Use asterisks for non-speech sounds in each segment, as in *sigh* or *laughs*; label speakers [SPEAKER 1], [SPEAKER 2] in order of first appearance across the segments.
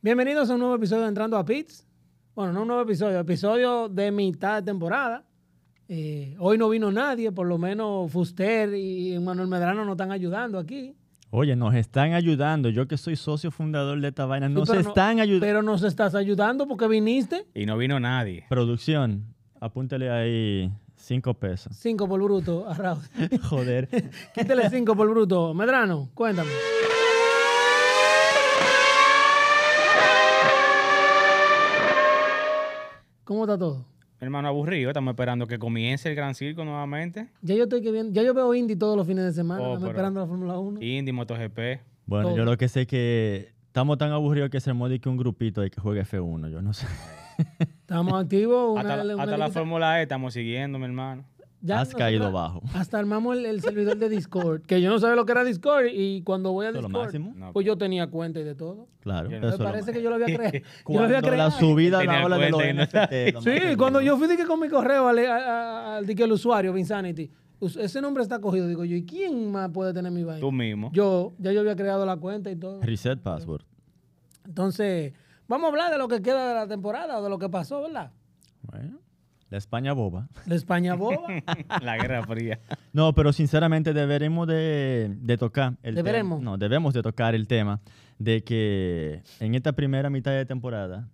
[SPEAKER 1] Bienvenidos a un nuevo episodio de Entrando a Pits. Bueno, no un nuevo episodio, episodio de mitad de temporada. Eh, hoy no vino nadie, por lo menos Fuster y Manuel Medrano nos están ayudando aquí.
[SPEAKER 2] Oye, nos están ayudando. Yo que soy socio fundador de esta vaina,
[SPEAKER 1] Sí,
[SPEAKER 2] nos
[SPEAKER 1] pero no-
[SPEAKER 2] están ayudando.
[SPEAKER 1] Pero nos estás ayudando porque viniste.
[SPEAKER 3] Y no vino nadie.
[SPEAKER 2] Producción, apúntale ahí
[SPEAKER 1] *laughs*
[SPEAKER 2] cinco pesos.
[SPEAKER 1] Cinco por bruto a Raúl.
[SPEAKER 2] Joder.
[SPEAKER 1] Quítale cinco por bruto. Medrano, cuéntame. ¿Cómo está todo?
[SPEAKER 3] Mi hermano aburrido, estamos esperando que comience el gran circo nuevamente.
[SPEAKER 1] Ya yo estoy que viendo, ya yo veo Indy todos los fines de semana,
[SPEAKER 3] Oh,
[SPEAKER 1] estamos
[SPEAKER 3] pero-
[SPEAKER 1] esperando la Fórmula 1.
[SPEAKER 3] Indy, MotoGP.
[SPEAKER 2] Bueno,
[SPEAKER 1] Todo.
[SPEAKER 2] yo lo que sé es que estamos tan aburridos que se armó de que un grupito de que juegue F1. Yo no sé.
[SPEAKER 1] Estamos activos. una-
[SPEAKER 3] Hasta, la-
[SPEAKER 1] una
[SPEAKER 3] hasta la
[SPEAKER 1] liguita.
[SPEAKER 3] Fórmula E estamos siguiendo, mi hermano.
[SPEAKER 1] Ya
[SPEAKER 2] Has
[SPEAKER 1] nosotros
[SPEAKER 2] caído bajo.
[SPEAKER 1] Hasta armamos el, el servidor de Discord, que yo no sabía lo que era Discord y cuando voy a
[SPEAKER 2] Eso es lo
[SPEAKER 1] Discord,
[SPEAKER 2] máximo.
[SPEAKER 3] No,
[SPEAKER 1] pues yo tenía cuenta y de todo.
[SPEAKER 2] Claro.
[SPEAKER 3] Yo
[SPEAKER 2] Eso
[SPEAKER 3] no-
[SPEAKER 2] es
[SPEAKER 1] Me
[SPEAKER 2] lo
[SPEAKER 1] parece
[SPEAKER 2] más.
[SPEAKER 1] que yo lo había
[SPEAKER 3] *laughs*
[SPEAKER 1] creado. yo lo
[SPEAKER 2] Cuando
[SPEAKER 1] había
[SPEAKER 2] la
[SPEAKER 1] creado.
[SPEAKER 2] subida a la
[SPEAKER 3] Tenía
[SPEAKER 2] ola de los
[SPEAKER 3] cuenta y no estaba.
[SPEAKER 2] NFT. lo más
[SPEAKER 1] Sí,
[SPEAKER 2] seguro.
[SPEAKER 1] cuando yo fui dije, con mi correo al, a- a- al- dije, el usuario, Vinsanity, us- ese nombre está cogido. Digo yo, ¿y quién más puede tener mi vaina?
[SPEAKER 3] Tú mismo.
[SPEAKER 1] Yo, ya yo había creado la cuenta y todo.
[SPEAKER 2] Reset password.
[SPEAKER 1] Entonces, vamos a hablar de lo que queda de la temporada, de lo que pasó, ¿verdad?
[SPEAKER 2] Bueno, la España boba.
[SPEAKER 1] La España
[SPEAKER 3] *laughs*
[SPEAKER 1] boba.
[SPEAKER 3] *laughs* la Guerra Fría.
[SPEAKER 2] No, pero sinceramente deberemos de, de tocar el tema-
[SPEAKER 1] Deberemos.
[SPEAKER 2] No, debemos de tocar el tema de que en esta primera mitad de temporada,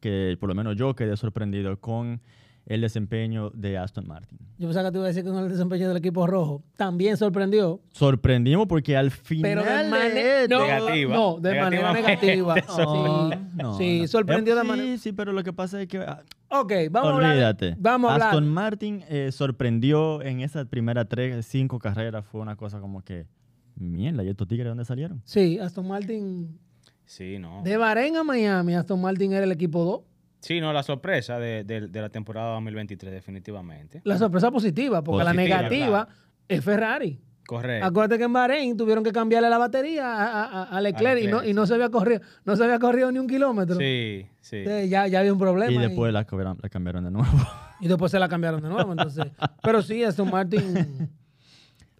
[SPEAKER 2] que por lo menos yo quedé sorprendido con el desempeño de Aston Martin.
[SPEAKER 1] Yo pensaba que te iba a decir que con el desempeño del equipo rojo también sorprendió.
[SPEAKER 2] Sorprendimos porque al final...
[SPEAKER 1] Pero de manera
[SPEAKER 2] de-
[SPEAKER 1] no,
[SPEAKER 3] Negativa.
[SPEAKER 1] no, de manera
[SPEAKER 3] *laughs*
[SPEAKER 1] negativa.
[SPEAKER 2] No,
[SPEAKER 1] sí,
[SPEAKER 2] no,
[SPEAKER 1] sí,
[SPEAKER 2] no.
[SPEAKER 1] sorprendió de
[SPEAKER 2] Sí,
[SPEAKER 1] manera.
[SPEAKER 2] Sí, pero lo que pasa es que... ah,
[SPEAKER 1] Ok, vamos a hablar.
[SPEAKER 2] Olvídate.
[SPEAKER 1] Vamos a hablar.
[SPEAKER 2] Aston Martin eh, sorprendió en esas primeras tres, cinco carreras. Fue una cosa como que... Mierda, ¿y estos tigres de dónde salieron?
[SPEAKER 1] Sí, Aston Martin.
[SPEAKER 3] Sí, no.
[SPEAKER 1] De Bahrein a Miami, Aston Martin era el equipo 2.
[SPEAKER 3] Sí, no, la sorpresa de, de- de la temporada 2023, definitivamente.
[SPEAKER 1] La sorpresa positiva, porque la
[SPEAKER 2] Positiva,
[SPEAKER 1] negativa es Ferrari.
[SPEAKER 3] Correcto.
[SPEAKER 1] Acuérdate que en Bahrein tuvieron que cambiarle la batería a, a- a Leclerc,
[SPEAKER 3] A
[SPEAKER 1] y, no,
[SPEAKER 3] Leclerc,
[SPEAKER 1] y no se había corrido, no se había corrido ni un kilómetro.
[SPEAKER 3] Sí, sí.
[SPEAKER 1] Entonces, ya, ya había un problema.
[SPEAKER 2] Y después la, cobra- la cambiaron de nuevo. *laughs*
[SPEAKER 1] y después se la cambiaron de nuevo. Entonces, pero sí, Aston Martin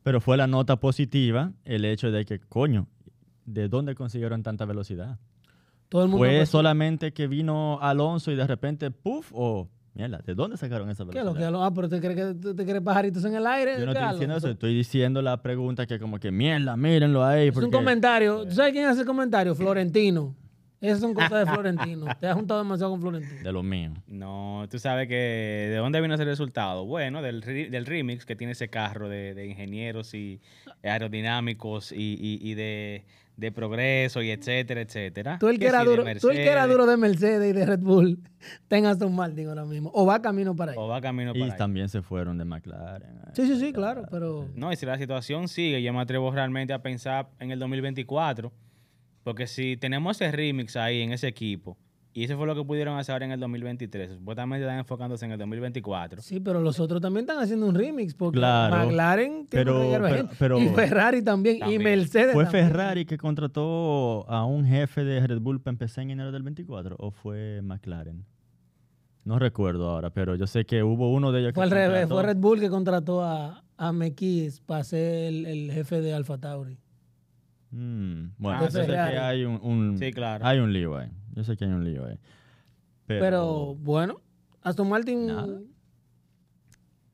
[SPEAKER 2] Pero fue la nota positiva el hecho de que, coño, ¿de dónde consiguieron tanta velocidad?
[SPEAKER 1] Todo el mundo.
[SPEAKER 2] ¿Fue
[SPEAKER 1] pues,
[SPEAKER 2] solamente que vino Alonso y de repente, puff, o mierda, ¿de dónde sacaron esa
[SPEAKER 1] ¿Qué
[SPEAKER 2] velocidad?
[SPEAKER 1] es lo que Alonso? Ah, pero te crees que tú te crees pajaritos en el aire.
[SPEAKER 2] Yo no
[SPEAKER 1] ¿Qué,
[SPEAKER 2] estoy diciendo
[SPEAKER 1] Alonso?
[SPEAKER 2] eso, estoy diciendo la pregunta que como que, mierda, mírenlo ahí.
[SPEAKER 1] Es un
[SPEAKER 2] porque-
[SPEAKER 1] comentario. ¿Tú sabes quién hace el
[SPEAKER 2] *laughs*
[SPEAKER 1] comentario? Florentino. Esas son cosas de Florentino. Te has juntado demasiado con Florentino.
[SPEAKER 2] De lo mío.
[SPEAKER 3] No, tú sabes que de dónde vino ese resultado. Bueno, del, re- del remix que tiene ese carro de, de ingenieros y aerodinámicos y, y- y de, de progreso y etcétera, etcétera.
[SPEAKER 1] Tú el que, era
[SPEAKER 3] sí de
[SPEAKER 1] duro, tú el que era
[SPEAKER 3] Mercedes,
[SPEAKER 1] duro de Mercedes y de Red Bull, *laughs* ten Aston Martin ahora mismo. O va camino para ahí.
[SPEAKER 2] Oh,
[SPEAKER 3] O va camino para
[SPEAKER 2] Y
[SPEAKER 3] ahí.
[SPEAKER 2] también se fueron de McLaren. eh.
[SPEAKER 1] Sí, sí, sí, claro. Pero
[SPEAKER 3] No, y si la situación sigue, yo me atrevo realmente a pensar en el 2024, porque si tenemos ese remix ahí en ese equipo, y eso fue lo que pudieron hacer ahora en el 2023, supuestamente están enfocándose en el 2024.
[SPEAKER 1] sí, pero los otros también están haciendo un remix. Porque
[SPEAKER 2] Claro.
[SPEAKER 1] McLaren tiene
[SPEAKER 2] Pero-
[SPEAKER 1] un reguero de
[SPEAKER 2] pero-
[SPEAKER 1] gente.
[SPEAKER 2] pero-
[SPEAKER 1] y Ferrari también. Y
[SPEAKER 3] También.
[SPEAKER 1] Mercedes.
[SPEAKER 2] ¿Fue
[SPEAKER 1] también.
[SPEAKER 2] Ferrari que contrató a un jefe de Red Bull para empezar en enero del 24 o fue McLaren? No recuerdo ahora, pero yo sé que hubo uno de ellos
[SPEAKER 1] Fue
[SPEAKER 2] que
[SPEAKER 1] al revés.
[SPEAKER 2] contrató-
[SPEAKER 1] Fue Red Bull que contrató a, a Mekis para ser el, el jefe de Alfa Tauri.
[SPEAKER 2] Mm, bueno,
[SPEAKER 3] Ah,
[SPEAKER 2] yo sé que
[SPEAKER 1] Ferrari.
[SPEAKER 2] hay un, un-
[SPEAKER 3] Sí, claro.
[SPEAKER 2] hay un lío ahí. Yo sé que hay un lío ahí. Pero,
[SPEAKER 1] Pero bueno, Aston Martin.
[SPEAKER 2] Nada.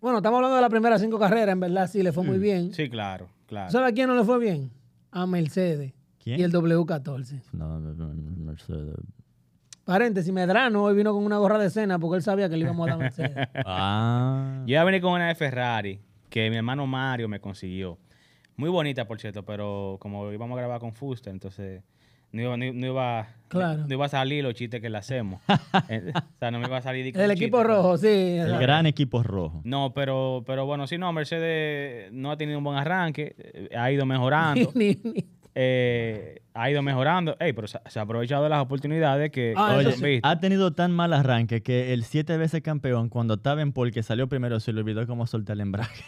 [SPEAKER 1] Bueno, estamos hablando de las primeras cinco carreras, en verdad sí le fue
[SPEAKER 2] Mm,
[SPEAKER 1] muy bien.
[SPEAKER 3] Sí, claro, claro.
[SPEAKER 1] ¿Sabes a quién no le fue bien? A Mercedes
[SPEAKER 2] ¿quién?
[SPEAKER 1] y el W14.
[SPEAKER 2] No, no, no, no, Mercedes.
[SPEAKER 1] Paréntesis, Medrano hoy vino con una gorra de cena porque él sabía que le íbamos a dar a
[SPEAKER 2] *laughs*
[SPEAKER 1] Mercedes.
[SPEAKER 2] Ah,
[SPEAKER 3] Yo iba a venir con una de Ferrari que mi hermano Mario me consiguió. Muy bonita, por cierto, pero como íbamos a grabar con Fuster, entonces no iba, no, iba- no iba-
[SPEAKER 1] Claro.
[SPEAKER 3] no iba a salir los chistes que
[SPEAKER 1] *laughs*
[SPEAKER 3] le hacemos. Eh, o sea, no me iba a salir. de que
[SPEAKER 1] el
[SPEAKER 3] un
[SPEAKER 1] equipo
[SPEAKER 3] chiste,
[SPEAKER 1] rojo, sí.
[SPEAKER 2] el gran equipo rojo.
[SPEAKER 3] No, pero, pero bueno, sí, no, Mercedes no ha tenido un buen arranque, eh, ha ido mejorando,
[SPEAKER 1] *laughs* Ni- ni-
[SPEAKER 3] eh, ha ido mejorando, Ey, pero se, se ha aprovechado de las oportunidades que,
[SPEAKER 1] Ah,
[SPEAKER 3] que
[SPEAKER 1] eso
[SPEAKER 2] Oye,
[SPEAKER 3] se han visto.
[SPEAKER 2] ha tenido tan mal arranque que el siete veces campeón, cuando estaba en Paul, que salió primero, se le olvidó cómo soltar el embrague.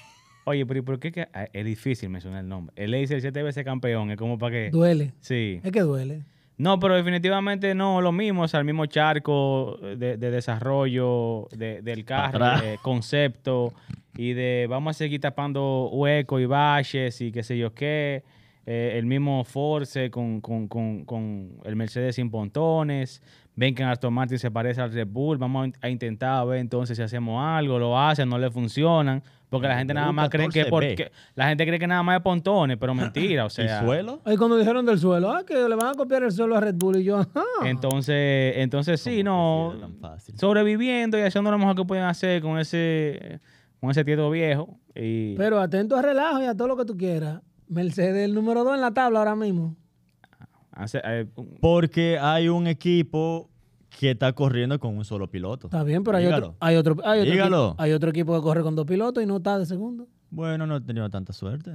[SPEAKER 3] Oye, pero ¿y por qué que, ah, es difícil mencionar el nombre? Él le dice el siete veces campeón, es como para que...
[SPEAKER 1] Duele.
[SPEAKER 3] Sí.
[SPEAKER 1] Es que duele.
[SPEAKER 3] No, pero definitivamente no, lo mismo, o sea, el mismo charco de, de desarrollo de- del carro,
[SPEAKER 2] Atrás.
[SPEAKER 3] de concepto y de vamos a seguir tapando huecos y baches y qué sé yo qué. eh, el mismo Force con, con- con- con el Mercedes sin pontones, ven que en Aston Martin se parece al Red Bull, vamos a in- a intentar ver entonces si hacemos algo, lo hacen, no le funcionan, porque la
[SPEAKER 2] El
[SPEAKER 3] gente nada más cree que
[SPEAKER 2] 14B.
[SPEAKER 3] porque la gente cree que nada más es pontones,
[SPEAKER 2] *laughs*
[SPEAKER 3] pero mentira, o sea,
[SPEAKER 2] ¿Y suelo?
[SPEAKER 1] Ahí cuando dijeron del suelo, ah, que le van a copiar el suelo a Red Bull y yo, *laughs* "Ah, ajá.
[SPEAKER 3] entonces, entonces sí,
[SPEAKER 2] Como
[SPEAKER 3] no,
[SPEAKER 2] que sí, era tan fácil.
[SPEAKER 3] sobreviviendo y haciendo lo mejor que pueden hacer con ese con ese tieto viejo y
[SPEAKER 1] Pero atento a relajo y a todo lo que tú quieras. Mercedes, el número 2 en la tabla ahora mismo.
[SPEAKER 3] hace- eh, un- *laughs*
[SPEAKER 2] Porque hay un equipo que está corriendo con un solo piloto.
[SPEAKER 1] Está bien, pero hay otro, Ah.
[SPEAKER 2] Dígalo.
[SPEAKER 1] hay, otro, hay, otro
[SPEAKER 2] Dígalo.
[SPEAKER 1] equipo, hay otro equipo que corre con dos pilotos y no está de segundo.
[SPEAKER 2] Bueno, no he tenido tanta suerte.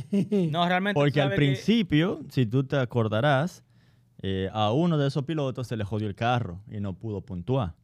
[SPEAKER 3] no realmente tú
[SPEAKER 2] Porque al
[SPEAKER 3] sabes que-
[SPEAKER 2] principio, si tú te acordarás, eh, a uno de esos pilotos se le jodió el carro y no pudo puntuar.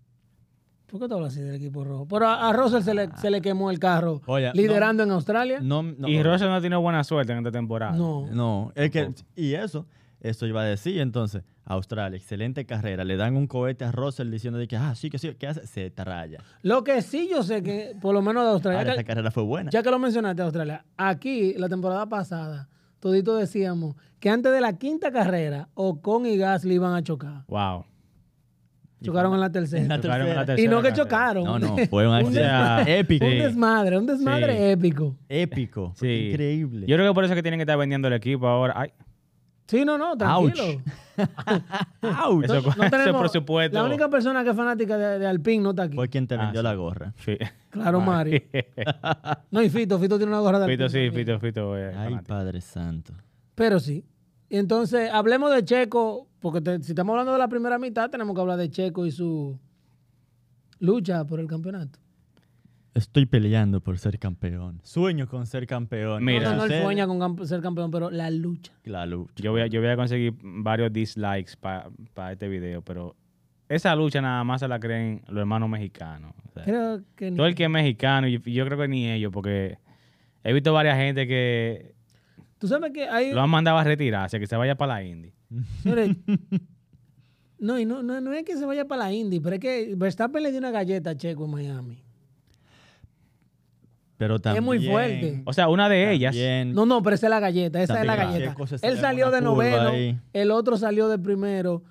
[SPEAKER 1] *laughs* ¿Por qué tú hablas así del equipo rojo? Pero a, a Russell se le, se le quemó el carro
[SPEAKER 2] Oye,
[SPEAKER 1] liderando en Australia.
[SPEAKER 2] No, no,
[SPEAKER 3] y Russell no ha tenido buena suerte en esta temporada
[SPEAKER 1] No.
[SPEAKER 2] No, es que, y eso, eso iba a decir entonces, Australia, excelente carrera, le dan un cohete a Russell diciendo de que, ah, sí, que sí, ¿qué hace? Se traya.
[SPEAKER 1] Lo que sí yo sé que, por lo menos de Australia,
[SPEAKER 2] Ahora
[SPEAKER 1] ya
[SPEAKER 2] esa
[SPEAKER 1] que-
[SPEAKER 2] carrera fue buena.
[SPEAKER 1] ya que lo mencionaste, Australia, aquí la temporada pasada, todito decíamos que antes de la quinta carrera, Ocon y Gasly iban a chocar.
[SPEAKER 3] wow
[SPEAKER 1] Chocaron en la tercera.
[SPEAKER 2] en la
[SPEAKER 3] Chocaron en la
[SPEAKER 2] tercera.
[SPEAKER 1] Y no que
[SPEAKER 3] tercera carrera.
[SPEAKER 1] chocaron.
[SPEAKER 2] No, no, fue
[SPEAKER 1] *laughs*
[SPEAKER 2] un
[SPEAKER 1] Un
[SPEAKER 2] accidente épico,
[SPEAKER 1] Un desmadre, un desmadre
[SPEAKER 3] Sí.
[SPEAKER 1] épico.
[SPEAKER 2] épico, fue
[SPEAKER 3] Sí.
[SPEAKER 2] increíble.
[SPEAKER 3] yo creo que por eso es que tienen que estar vendiendo el equipo ahora Ay,
[SPEAKER 1] Sí, no, no, tranquilo.
[SPEAKER 2] Ouch. Ouch.
[SPEAKER 3] eso,
[SPEAKER 1] No
[SPEAKER 3] eso
[SPEAKER 1] tenemos-
[SPEAKER 3] por supuesto
[SPEAKER 1] La única persona que es fanática de, de Alpine no está aquí.
[SPEAKER 2] Fue quien te
[SPEAKER 3] Ah,
[SPEAKER 2] vendió
[SPEAKER 3] sí.
[SPEAKER 2] la gorra.
[SPEAKER 1] *laughs*
[SPEAKER 3] Sí. *laughs*
[SPEAKER 1] claro, Mario. No, y Fito, Fito tiene una gorra de
[SPEAKER 3] Fito sí
[SPEAKER 1] Alpine también.
[SPEAKER 3] Fito Fito eh,
[SPEAKER 2] Ay,
[SPEAKER 3] fanático.
[SPEAKER 2] Padre Santo.
[SPEAKER 1] Pero sí. Entonces, hablemos de Checo, porque te- si estamos hablando de la primera mitad, tenemos que hablar de Checo y su lucha por el campeonato.
[SPEAKER 2] Estoy peleando por ser campeón. Sueño con ser campeón.
[SPEAKER 1] no,
[SPEAKER 3] Mira.
[SPEAKER 1] no, no, él
[SPEAKER 2] Sucede
[SPEAKER 1] sueña con camp- ser campeón, pero la lucha.
[SPEAKER 2] la lucha.
[SPEAKER 3] yo voy a, yo voy a conseguir varios dislikes para este video pero esa lucha nada más se la creen los hermanos mexicanos O sea,
[SPEAKER 1] Creo que ni-
[SPEAKER 3] Todo el que es mexicano, y y yo creo que ni ellos, porque he visto varias gente que
[SPEAKER 1] Tú sabes que hay...
[SPEAKER 3] lo han mandado a retirarse, que se vaya para la Indy.
[SPEAKER 1] Señores, no, y no, no, no es que se vaya para la Indy, pero es que Verstappen le dio una galleta a Checo en Miami.
[SPEAKER 2] Pero también,
[SPEAKER 1] muy fuerte.
[SPEAKER 3] O sea, una de ellas.
[SPEAKER 2] también-
[SPEAKER 1] No, no, pero esa es la galleta, esa es la
[SPEAKER 2] También,
[SPEAKER 1] galleta.
[SPEAKER 2] Checo se salió
[SPEAKER 1] Él
[SPEAKER 2] en
[SPEAKER 1] salió
[SPEAKER 2] una
[SPEAKER 1] de
[SPEAKER 2] curva
[SPEAKER 1] noveno,
[SPEAKER 2] ahí.
[SPEAKER 1] el otro salió de primero,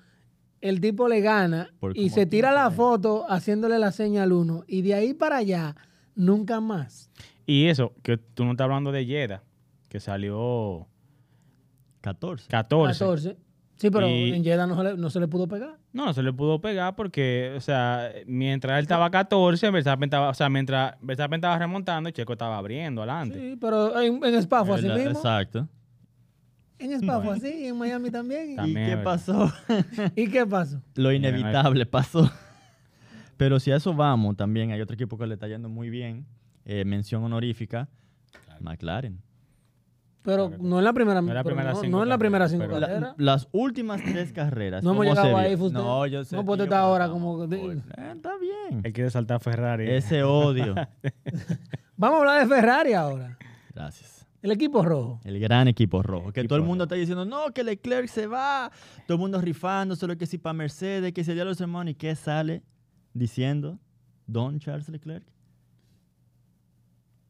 [SPEAKER 1] el tipo le gana
[SPEAKER 2] Por
[SPEAKER 1] y
[SPEAKER 2] como
[SPEAKER 1] se tira la
[SPEAKER 2] quince
[SPEAKER 1] foto haciéndole la señal uno. Y de ahí para allá, nunca más.
[SPEAKER 3] Y eso, que tú no estás hablando de Yeda, que salió
[SPEAKER 2] 14.
[SPEAKER 3] 14.
[SPEAKER 1] 14. Sí, pero
[SPEAKER 3] Y-
[SPEAKER 1] en Jeddah no se, le, no se le pudo pegar.
[SPEAKER 3] No, no se le pudo pegar porque, o sea, mientras él estaba 14, Verstappen estaba, o sea, mientras Verstappen estaba remontando, Checo estaba abriendo adelante.
[SPEAKER 1] Sí, pero en, en Spa Ah, fue así
[SPEAKER 2] ¿Verdad?
[SPEAKER 1] mismo.
[SPEAKER 2] Exacto.
[SPEAKER 1] En Spa fue así y en Miami también.
[SPEAKER 3] También
[SPEAKER 2] ¿Y
[SPEAKER 3] es
[SPEAKER 2] qué
[SPEAKER 3] verdad. *laughs*
[SPEAKER 2] pasó?
[SPEAKER 1] ¿Y qué pasó?
[SPEAKER 2] Lo
[SPEAKER 3] Mira, no hay-
[SPEAKER 2] inevitable pasó. *laughs* Pero si a eso vamos, también hay otro equipo que le está yendo muy bien. Eh, mención honorífica, McLaren.
[SPEAKER 1] Pero no en la primera
[SPEAKER 3] No en la
[SPEAKER 1] pero
[SPEAKER 3] primera
[SPEAKER 1] no-
[SPEAKER 3] cinco
[SPEAKER 1] no en la primera
[SPEAKER 3] carreras,
[SPEAKER 1] cinco
[SPEAKER 3] pero-
[SPEAKER 2] La-
[SPEAKER 1] carreras.
[SPEAKER 2] las últimas tres carreras.
[SPEAKER 1] No hemos
[SPEAKER 2] ¿cómo se
[SPEAKER 1] llegado
[SPEAKER 2] vio?
[SPEAKER 1] ahí, Fuster.
[SPEAKER 2] No, yo sé.
[SPEAKER 1] No, pues tú
[SPEAKER 2] que yo-
[SPEAKER 1] estás ahora
[SPEAKER 2] no,
[SPEAKER 1] como-
[SPEAKER 2] pues, eh, está bien.
[SPEAKER 3] Él quiere saltar a Ferrari.
[SPEAKER 2] Ese
[SPEAKER 3] *laughs*
[SPEAKER 2] odio.
[SPEAKER 1] Vamos a hablar de Ferrari ahora.
[SPEAKER 2] Gracias.
[SPEAKER 1] El equipo rojo.
[SPEAKER 2] El gran equipo rojo. Que
[SPEAKER 3] Equipo
[SPEAKER 2] todo el mundo está
[SPEAKER 3] rojo.
[SPEAKER 2] diciendo, no, que Leclerc se va. Todo el mundo rifando, solo que si para Mercedes, que se dio los hermanos. ¿Y qué sale diciendo Don Charles Leclerc?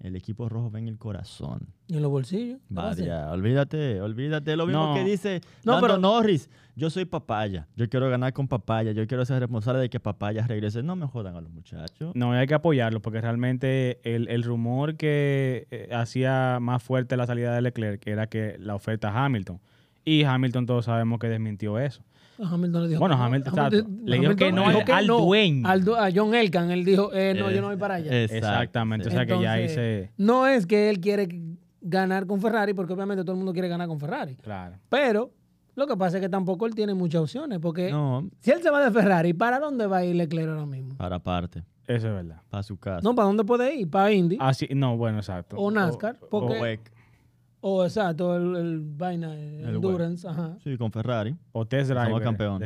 [SPEAKER 2] El equipo rojo ve en el corazón.
[SPEAKER 1] Y en los bolsillos. ¿Qué va a hacer?
[SPEAKER 2] Vaya, olvídate, olvídate. Lo mismo
[SPEAKER 3] No.
[SPEAKER 2] que dice
[SPEAKER 1] No,
[SPEAKER 2] Lando
[SPEAKER 1] pero-
[SPEAKER 2] Norris. Yo soy papaya. Yo quiero ganar con papaya. Yo quiero ser responsable de que papaya regrese. No me jodan a los muchachos.
[SPEAKER 3] No, hay que apoyarlo porque realmente el, el rumor que eh, hacía más fuerte la salida de Leclerc era que la oferta a Hamilton. Y Hamilton todos sabemos que desmintió eso.
[SPEAKER 1] A Ah, Hamilton le dijo
[SPEAKER 3] Bueno,
[SPEAKER 1] que no.
[SPEAKER 3] Hamilton, exacto. Le dijo que no al- al dueño.
[SPEAKER 1] Al du- a John Elkan, él dijo, eh, no,
[SPEAKER 2] Eh,
[SPEAKER 1] yo no voy para allá.
[SPEAKER 2] exacto,
[SPEAKER 3] Exactamente.
[SPEAKER 2] sí.
[SPEAKER 3] O sea que ya ahí
[SPEAKER 1] Entonces,
[SPEAKER 3] se.
[SPEAKER 1] No es que él quiere ganar con Ferrari, porque obviamente todo el mundo quiere ganar con Ferrari.
[SPEAKER 3] Claro.
[SPEAKER 1] Pero lo que pasa es que tampoco él tiene muchas opciones, porque
[SPEAKER 2] No,
[SPEAKER 1] si él se va de Ferrari, ¿para dónde va a ir Leclerc ahora mismo?
[SPEAKER 2] para aparte,
[SPEAKER 3] Eso es verdad.
[SPEAKER 2] para su casa.
[SPEAKER 1] No, ¿para dónde puede ir? ¿Para Indy?
[SPEAKER 3] Así, no, bueno, exacto.
[SPEAKER 1] O NASCAR,
[SPEAKER 3] o-
[SPEAKER 1] porque-
[SPEAKER 2] O Weck.
[SPEAKER 1] O Oh, exacto, el, el vaina, el
[SPEAKER 2] El
[SPEAKER 1] Endurance, ajá.
[SPEAKER 2] Sí, con Ferrari.
[SPEAKER 3] O, o test driver.
[SPEAKER 2] Somos campeón.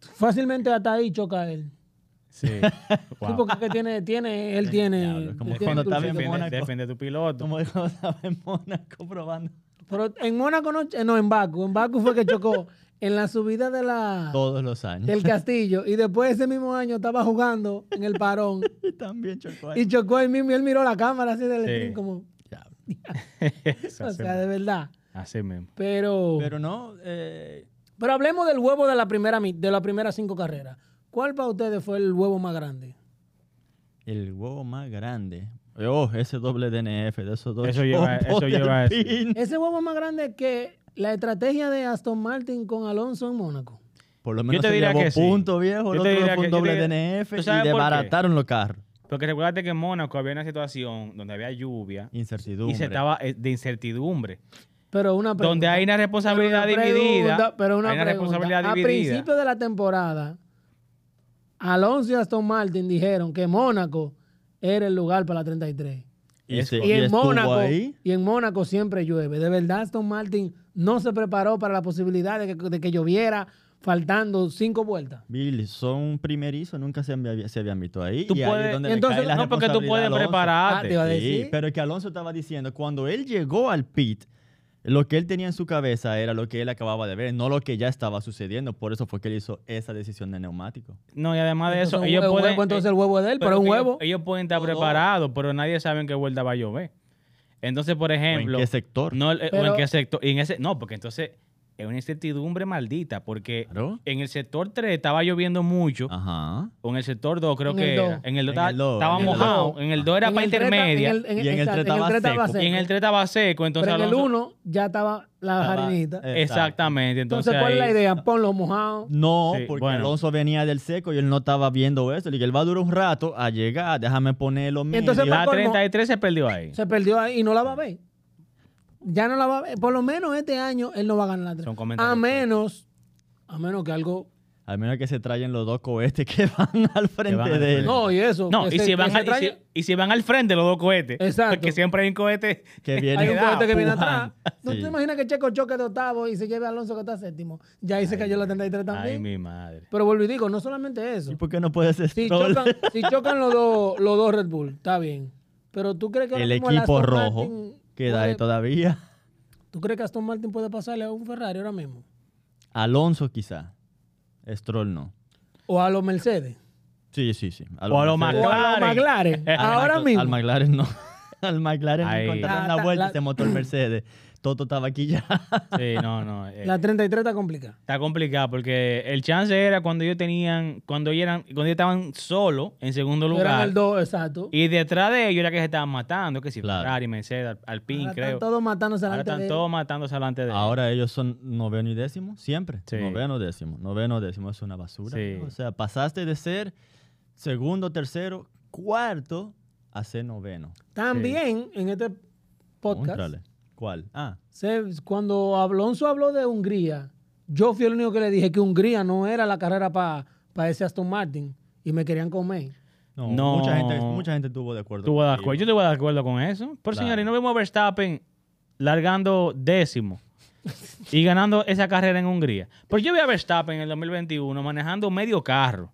[SPEAKER 1] Fácilmente hasta ahí choca él.
[SPEAKER 3] *laughs* Sí.
[SPEAKER 1] Sí,
[SPEAKER 3] *laughs* Wow.
[SPEAKER 1] porque es que tiene, tiene,
[SPEAKER 2] *laughs*
[SPEAKER 1] él tiene.
[SPEAKER 2] Diablo, es como
[SPEAKER 1] él
[SPEAKER 2] cuando
[SPEAKER 1] tiene
[SPEAKER 2] está bien
[SPEAKER 1] dulce.
[SPEAKER 2] bueno.
[SPEAKER 3] Defiende,
[SPEAKER 2] Mónaco.
[SPEAKER 3] defiende tu piloto. *laughs*
[SPEAKER 2] Como dijo, estaba en Mónaco probando
[SPEAKER 1] Pero en Mónaco no, eh, no, en Baku. En Baku fue que
[SPEAKER 2] *laughs*
[SPEAKER 1] chocó en la subida de la
[SPEAKER 2] todos los años.
[SPEAKER 1] del castillo. Y después ese mismo año estaba jugando en el
[SPEAKER 2] *laughs*
[SPEAKER 1] parón.
[SPEAKER 2] Y también chocó ahí.
[SPEAKER 1] y chocó él mismo y él miró la cámara así del
[SPEAKER 3] Sí.
[SPEAKER 1] screen como.
[SPEAKER 2] Diablo.
[SPEAKER 3] Se
[SPEAKER 1] O
[SPEAKER 3] hace-
[SPEAKER 1] sea, de verdad.
[SPEAKER 3] Así mismo.
[SPEAKER 1] Pero,
[SPEAKER 3] Oh.
[SPEAKER 1] pero,
[SPEAKER 2] Pero no, eh,
[SPEAKER 1] hablemos del huevo de la primera mi- de las primeras cinco carreras. ¿Cuál para ustedes fue el huevo más grande?
[SPEAKER 2] el huevo más grande. Oh, ese doble DNF de esos dos.
[SPEAKER 3] Eso lleva-
[SPEAKER 2] chopos
[SPEAKER 3] eso
[SPEAKER 2] del
[SPEAKER 3] lleva a eso.
[SPEAKER 2] pin.
[SPEAKER 1] Ese huevo más grande que la estrategia de Aston Martin con Alonso en Mónaco.
[SPEAKER 2] Por lo menos
[SPEAKER 3] te
[SPEAKER 2] se
[SPEAKER 3] diría
[SPEAKER 2] llevó
[SPEAKER 3] que sí.
[SPEAKER 2] punto viejo, el
[SPEAKER 3] Yo te
[SPEAKER 2] otro
[SPEAKER 3] diría
[SPEAKER 2] fue
[SPEAKER 3] que-
[SPEAKER 2] un
[SPEAKER 3] yo te
[SPEAKER 2] doble
[SPEAKER 3] diría-
[SPEAKER 2] DNF
[SPEAKER 3] ¿Tú
[SPEAKER 2] y
[SPEAKER 3] sabes por qué?
[SPEAKER 2] desbarataron los carros.
[SPEAKER 3] Porque recuérdate que en Mónaco había una situación donde había lluvia
[SPEAKER 2] Incertidumbre.
[SPEAKER 3] y se estaba eh, de incertidumbre.
[SPEAKER 1] Pero una pregunta.
[SPEAKER 3] Donde hay una responsabilidad
[SPEAKER 1] Pero una
[SPEAKER 3] dividida.
[SPEAKER 1] pregunta, Pero una,
[SPEAKER 3] hay una
[SPEAKER 1] pregunta.
[SPEAKER 3] responsabilidad
[SPEAKER 1] A
[SPEAKER 3] dividida.
[SPEAKER 1] principio de la temporada, Alonso y Aston Martin dijeron que Mónaco era el lugar para la 33.
[SPEAKER 2] y, se-
[SPEAKER 1] Y,
[SPEAKER 2] y
[SPEAKER 1] en
[SPEAKER 2] estuvo
[SPEAKER 1] Mónaco,
[SPEAKER 2] ahí.
[SPEAKER 1] y en Mónaco siempre llueve. De verdad, Aston Martin no se preparó para la posibilidad de que, de que lloviera faltando cinco vueltas.
[SPEAKER 2] Bill, son primerizos, nunca se, han vi- se habían visto ahí.
[SPEAKER 3] Tú
[SPEAKER 2] y ahí es
[SPEAKER 3] puedes-
[SPEAKER 2] donde le
[SPEAKER 1] entonces,
[SPEAKER 2] cae la
[SPEAKER 3] No, porque tú
[SPEAKER 2] responsabilidad a
[SPEAKER 3] puedes
[SPEAKER 2] Alonso.
[SPEAKER 1] Ah, te
[SPEAKER 3] prepararte.
[SPEAKER 1] iba a
[SPEAKER 2] Sí,
[SPEAKER 1] decir.
[SPEAKER 2] pero es que Alonso estaba diciendo, cuando él llegó al pit, lo que él tenía en su cabeza era lo que él acababa de ver, no lo que ya estaba sucediendo. Por eso fue que él hizo esa decisión de neumático.
[SPEAKER 3] No, y además de eso,
[SPEAKER 1] Entonces,
[SPEAKER 3] ellos
[SPEAKER 1] el huevo-
[SPEAKER 3] pueden.
[SPEAKER 1] entonces el huevo es de él, pero es
[SPEAKER 3] que
[SPEAKER 1] un
[SPEAKER 3] ellos-
[SPEAKER 1] huevo.
[SPEAKER 3] Ellos pueden
[SPEAKER 2] Oh.
[SPEAKER 3] estar preparados, pero nadie sabe en qué vuelta va a llover. Entonces, por
[SPEAKER 2] ¿O
[SPEAKER 3] ejemplo.
[SPEAKER 2] ¿En qué sector?
[SPEAKER 3] No, eh, o
[SPEAKER 1] Pero-
[SPEAKER 3] en qué sector. y en ese, no, porque entonces es una incertidumbre maldita, porque
[SPEAKER 2] Claro.
[SPEAKER 3] en el sector 3 estaba lloviendo mucho,
[SPEAKER 2] Ajá.
[SPEAKER 3] o en el sector 2 creo
[SPEAKER 1] En
[SPEAKER 3] que
[SPEAKER 1] el dos.
[SPEAKER 3] era. en el 2
[SPEAKER 2] Ah. En el dos,
[SPEAKER 3] estaba
[SPEAKER 2] en el
[SPEAKER 3] mojado,
[SPEAKER 1] dos.
[SPEAKER 3] en el 2 era
[SPEAKER 1] En
[SPEAKER 3] para
[SPEAKER 1] el tres ta-
[SPEAKER 3] intermedia,
[SPEAKER 1] en el-
[SPEAKER 2] y en el
[SPEAKER 1] exacto,
[SPEAKER 2] tres estaba
[SPEAKER 1] tres
[SPEAKER 2] seco.
[SPEAKER 3] y en el 3 estaba seco, entonces
[SPEAKER 1] Pero en el
[SPEAKER 3] Alonso-
[SPEAKER 1] 1 ya estaba la
[SPEAKER 2] Estaba-
[SPEAKER 1] jarinita.
[SPEAKER 2] eh,
[SPEAKER 3] Exactamente, entonces,
[SPEAKER 1] Entonces, ¿cuál es la
[SPEAKER 3] ahí-
[SPEAKER 1] idea? Ponlo mojado.
[SPEAKER 2] No,
[SPEAKER 3] Sí,
[SPEAKER 2] porque
[SPEAKER 3] bueno.
[SPEAKER 2] Alonso venía del seco y él no estaba viendo eso. Le dije, él va a durar un rato a llegar, déjame poner los medios.
[SPEAKER 1] Entonces,
[SPEAKER 3] la
[SPEAKER 1] Paco,
[SPEAKER 3] 33 se perdió ahí.
[SPEAKER 1] Se perdió ahí y no la va a ver. Ya no la va a ver. Por lo menos este año él no va a ganar la tres.
[SPEAKER 3] Son comentarios
[SPEAKER 1] A menos, a menos que algo.
[SPEAKER 2] Al menos que se traen los dos cohetes que *laughs* van al frente
[SPEAKER 3] van al
[SPEAKER 2] de él.
[SPEAKER 3] frente.
[SPEAKER 1] No, y eso.
[SPEAKER 3] No,
[SPEAKER 1] que
[SPEAKER 3] y
[SPEAKER 1] se-
[SPEAKER 3] si,
[SPEAKER 1] que
[SPEAKER 3] van
[SPEAKER 1] se
[SPEAKER 3] al, y, si,
[SPEAKER 1] traiga-
[SPEAKER 3] y si van al frente los dos cohetes,
[SPEAKER 1] Exacto.
[SPEAKER 3] porque siempre hay un cohete.
[SPEAKER 2] Que viene
[SPEAKER 1] Hay un
[SPEAKER 2] da,
[SPEAKER 1] cohete que viene
[SPEAKER 2] pujan.
[SPEAKER 1] atrás. ¿No
[SPEAKER 2] Sí.
[SPEAKER 1] te imaginas que Checo choque de octavo y se lleve a Alonso que está séptimo? Ya ahí se cayó la 33
[SPEAKER 3] Ay,
[SPEAKER 1] también.
[SPEAKER 3] mi madre.
[SPEAKER 1] Pero vuelvo y digo, no solamente eso.
[SPEAKER 2] ¿Y por qué no puede ser
[SPEAKER 1] Si
[SPEAKER 2] Stroll?
[SPEAKER 1] chocan, si chocan los dos los dos Red Bull, está bien. Pero tú crees que ahora
[SPEAKER 2] *laughs* El
[SPEAKER 1] mismo
[SPEAKER 2] equipo
[SPEAKER 1] Aston
[SPEAKER 2] rojo
[SPEAKER 1] Martin
[SPEAKER 2] queda ahí
[SPEAKER 1] puede-
[SPEAKER 2] todavía.
[SPEAKER 1] ¿Tú crees que Aston Martin puede pasarle a un Ferrari ahora mismo?
[SPEAKER 2] Alonso quizá. Stroll no.
[SPEAKER 1] O a los Mercedes.
[SPEAKER 2] Sí, sí, sí.
[SPEAKER 3] O a los
[SPEAKER 2] Mercedes.
[SPEAKER 1] O a los
[SPEAKER 3] McLaren.
[SPEAKER 1] McLaren.
[SPEAKER 2] Al
[SPEAKER 1] ahora
[SPEAKER 2] Mc-
[SPEAKER 1] mismo.
[SPEAKER 2] Al McLaren no. *laughs* Al McLaren
[SPEAKER 3] Ahí.
[SPEAKER 2] le encontraron
[SPEAKER 1] La-
[SPEAKER 2] una vuelta
[SPEAKER 1] la-
[SPEAKER 2] y se montó el Mercedes. Toto estaba aquí
[SPEAKER 3] *laughs*
[SPEAKER 2] ya.
[SPEAKER 3] Sí,
[SPEAKER 1] *laughs*
[SPEAKER 3] no, no. eh,
[SPEAKER 1] La 33 está complicada.
[SPEAKER 3] Está complicado porque el chance era cuando ellos tenían, cuando ellos eran, cuando ellos estaban solos en segundo
[SPEAKER 1] Eran
[SPEAKER 3] lugar.
[SPEAKER 1] el 2, exacto.
[SPEAKER 3] Y detrás de ellos era que se estaban matando, que si
[SPEAKER 2] Claro.
[SPEAKER 3] Ferrari, Mercedes, Al- Alpine,
[SPEAKER 1] Ahora
[SPEAKER 3] creo.
[SPEAKER 1] Están todos matándose
[SPEAKER 3] Ahora
[SPEAKER 1] delante
[SPEAKER 3] están
[SPEAKER 1] de-
[SPEAKER 3] todos matándose delante de ellos.
[SPEAKER 2] Ahora ellos son noveno y décimo, siempre.
[SPEAKER 3] Sí.
[SPEAKER 2] Noveno, décimo. Noveno, décimo es una basura.
[SPEAKER 3] Sí.
[SPEAKER 2] ¿no? O sea, pasaste de ser segundo, tercero, cuarto a ser noveno.
[SPEAKER 1] También en este podcast,
[SPEAKER 2] Contrale. ¿Cuál? Ah,
[SPEAKER 1] se- cuando Alonso habló de Hungría, yo fui el único que le dije que Hungría no era la carrera para ese Aston Martin y me querían comer.
[SPEAKER 2] no.
[SPEAKER 3] No.
[SPEAKER 2] Mucha, gente, mucha gente estuvo de acuerdo.
[SPEAKER 3] Tú vas de
[SPEAKER 2] contigo.
[SPEAKER 3] acuerdo- Yo estuve de acuerdo con eso. Pero
[SPEAKER 2] Claro.
[SPEAKER 3] señores, no vemos a Verstappen largando
[SPEAKER 2] *laughs*
[SPEAKER 3] décimo y ganando esa carrera en Hungría. Pero yo vi a Verstappen en el 2021 manejando
[SPEAKER 2] *laughs*
[SPEAKER 3] medio carro.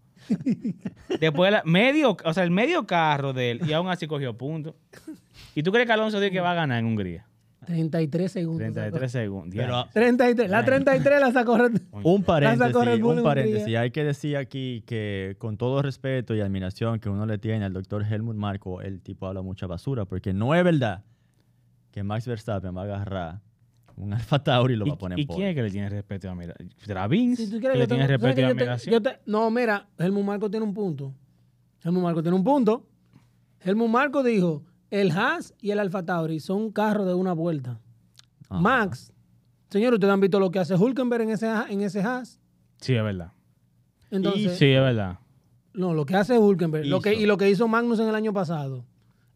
[SPEAKER 3] Después de la- medio, o sea, el medio carro de él y aún así cogió puntos. ¿Y tú crees que Alonso dice que va a ganar en Hungría?
[SPEAKER 1] 33 segundos. pues,
[SPEAKER 3] 33 segundos.
[SPEAKER 2] Pero ah,
[SPEAKER 3] diablo.
[SPEAKER 2] a-
[SPEAKER 1] 33. La 33 la sacó
[SPEAKER 3] *laughs*
[SPEAKER 1] Red-
[SPEAKER 2] Un
[SPEAKER 1] Vas a correr
[SPEAKER 2] paréntesis,
[SPEAKER 1] Bull en
[SPEAKER 2] un
[SPEAKER 1] un
[SPEAKER 2] paréntesis.
[SPEAKER 1] día.
[SPEAKER 2] Hay que decir aquí que con todo respeto y admiración que uno le tiene al doctor Helmut Marco, el tipo habla mucha basura, porque no es verdad que Max Verstappen va a agarrar un *laughs* Alfa Tauri y lo va a poner
[SPEAKER 3] ¿Y,
[SPEAKER 2] en
[SPEAKER 3] y quién es que le tiene respeto a Mira? Travis,
[SPEAKER 1] Si tú
[SPEAKER 3] que
[SPEAKER 1] quieres,
[SPEAKER 3] le
[SPEAKER 1] yo
[SPEAKER 3] tiene
[SPEAKER 1] tengo- ¿sabes
[SPEAKER 3] respeto
[SPEAKER 1] que
[SPEAKER 3] y
[SPEAKER 1] yo te-
[SPEAKER 3] admiración.
[SPEAKER 1] yo te- no, mira, Helmut Marco tiene un punto. Helmut Marco tiene un punto. Helmut Marco dijo, el Haas y el Alfa Tauri son carros de una vuelta.
[SPEAKER 2] Ajá.
[SPEAKER 1] Max, señor, ustedes han visto lo que hace Hulkenberg en ese, Ha- en ese Haas.
[SPEAKER 3] Sí, es verdad.
[SPEAKER 1] Entonces,
[SPEAKER 3] sí, es verdad.
[SPEAKER 1] no, lo que hace Hulkenberg lo que,
[SPEAKER 2] Hizo.
[SPEAKER 1] y lo que hizo Magnus en el año pasado.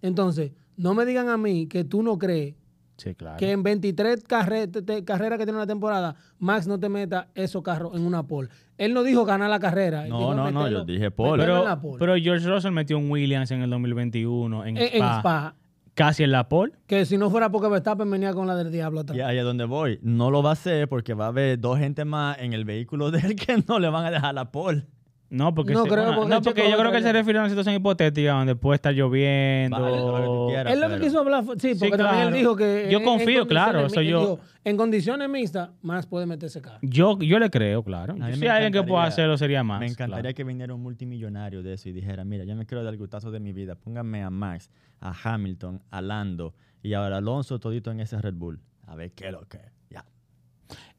[SPEAKER 1] Entonces, no me digan a mí que tú no crees
[SPEAKER 3] Sí, claro.
[SPEAKER 1] que en 23 carre- te- te- carreras que tiene una temporada, Max no te meta esos carros en una pole. Él no dijo ganar la carrera. él
[SPEAKER 2] No,
[SPEAKER 1] dijo
[SPEAKER 2] no, no,
[SPEAKER 1] meterlo-
[SPEAKER 2] yo dije pole.
[SPEAKER 1] meterlo en
[SPEAKER 3] Pero,
[SPEAKER 1] la pole.
[SPEAKER 3] pero George Russell metió un Williams en el 2021 en,
[SPEAKER 1] en, en
[SPEAKER 3] Spa,
[SPEAKER 1] Spa,
[SPEAKER 3] Casi en la pole.
[SPEAKER 1] Que si no fuera porque Verstappen venía con la del diablo atrás.
[SPEAKER 2] Y ahí es donde voy. No lo va a hacer porque va a haber dos gente más en el vehículo de él *laughs* que no le van a dejar la pole.
[SPEAKER 3] No, porque,
[SPEAKER 1] No
[SPEAKER 3] se-
[SPEAKER 1] creo,
[SPEAKER 3] una-
[SPEAKER 1] porque
[SPEAKER 3] no,
[SPEAKER 1] el
[SPEAKER 3] porque
[SPEAKER 1] Checo
[SPEAKER 3] yo
[SPEAKER 1] va
[SPEAKER 3] creo que
[SPEAKER 1] para
[SPEAKER 3] él se
[SPEAKER 1] allá.
[SPEAKER 3] refiere a una situación hipotética donde puede estar lloviendo.
[SPEAKER 2] Vale, lo que tú quieras.
[SPEAKER 1] Él lo que
[SPEAKER 2] pero-
[SPEAKER 1] quiso hablar fue- sí, porque también
[SPEAKER 3] claro.
[SPEAKER 1] él dijo que.
[SPEAKER 3] Yo
[SPEAKER 1] en- en
[SPEAKER 3] confío, claro,
[SPEAKER 1] condiciones
[SPEAKER 3] eso
[SPEAKER 1] mi-
[SPEAKER 3] yo-
[SPEAKER 1] dijo, En condiciones mixtas, más puede meterse carro.
[SPEAKER 3] Yo, yo le creo, claro.
[SPEAKER 2] A mí
[SPEAKER 3] Si
[SPEAKER 2] me
[SPEAKER 3] hay alguien que pueda
[SPEAKER 2] encantaría-
[SPEAKER 3] hacerlo sería más.
[SPEAKER 2] Me encantaría que viniera un multimillonario de eso y dijera, mira, yo me quiero dar el gustazo de mi vida. Pónganme a Max, a Hamilton, a Lando y ahora Alonso todito en ese Red Bull. a ver qué es lo que es. Ya.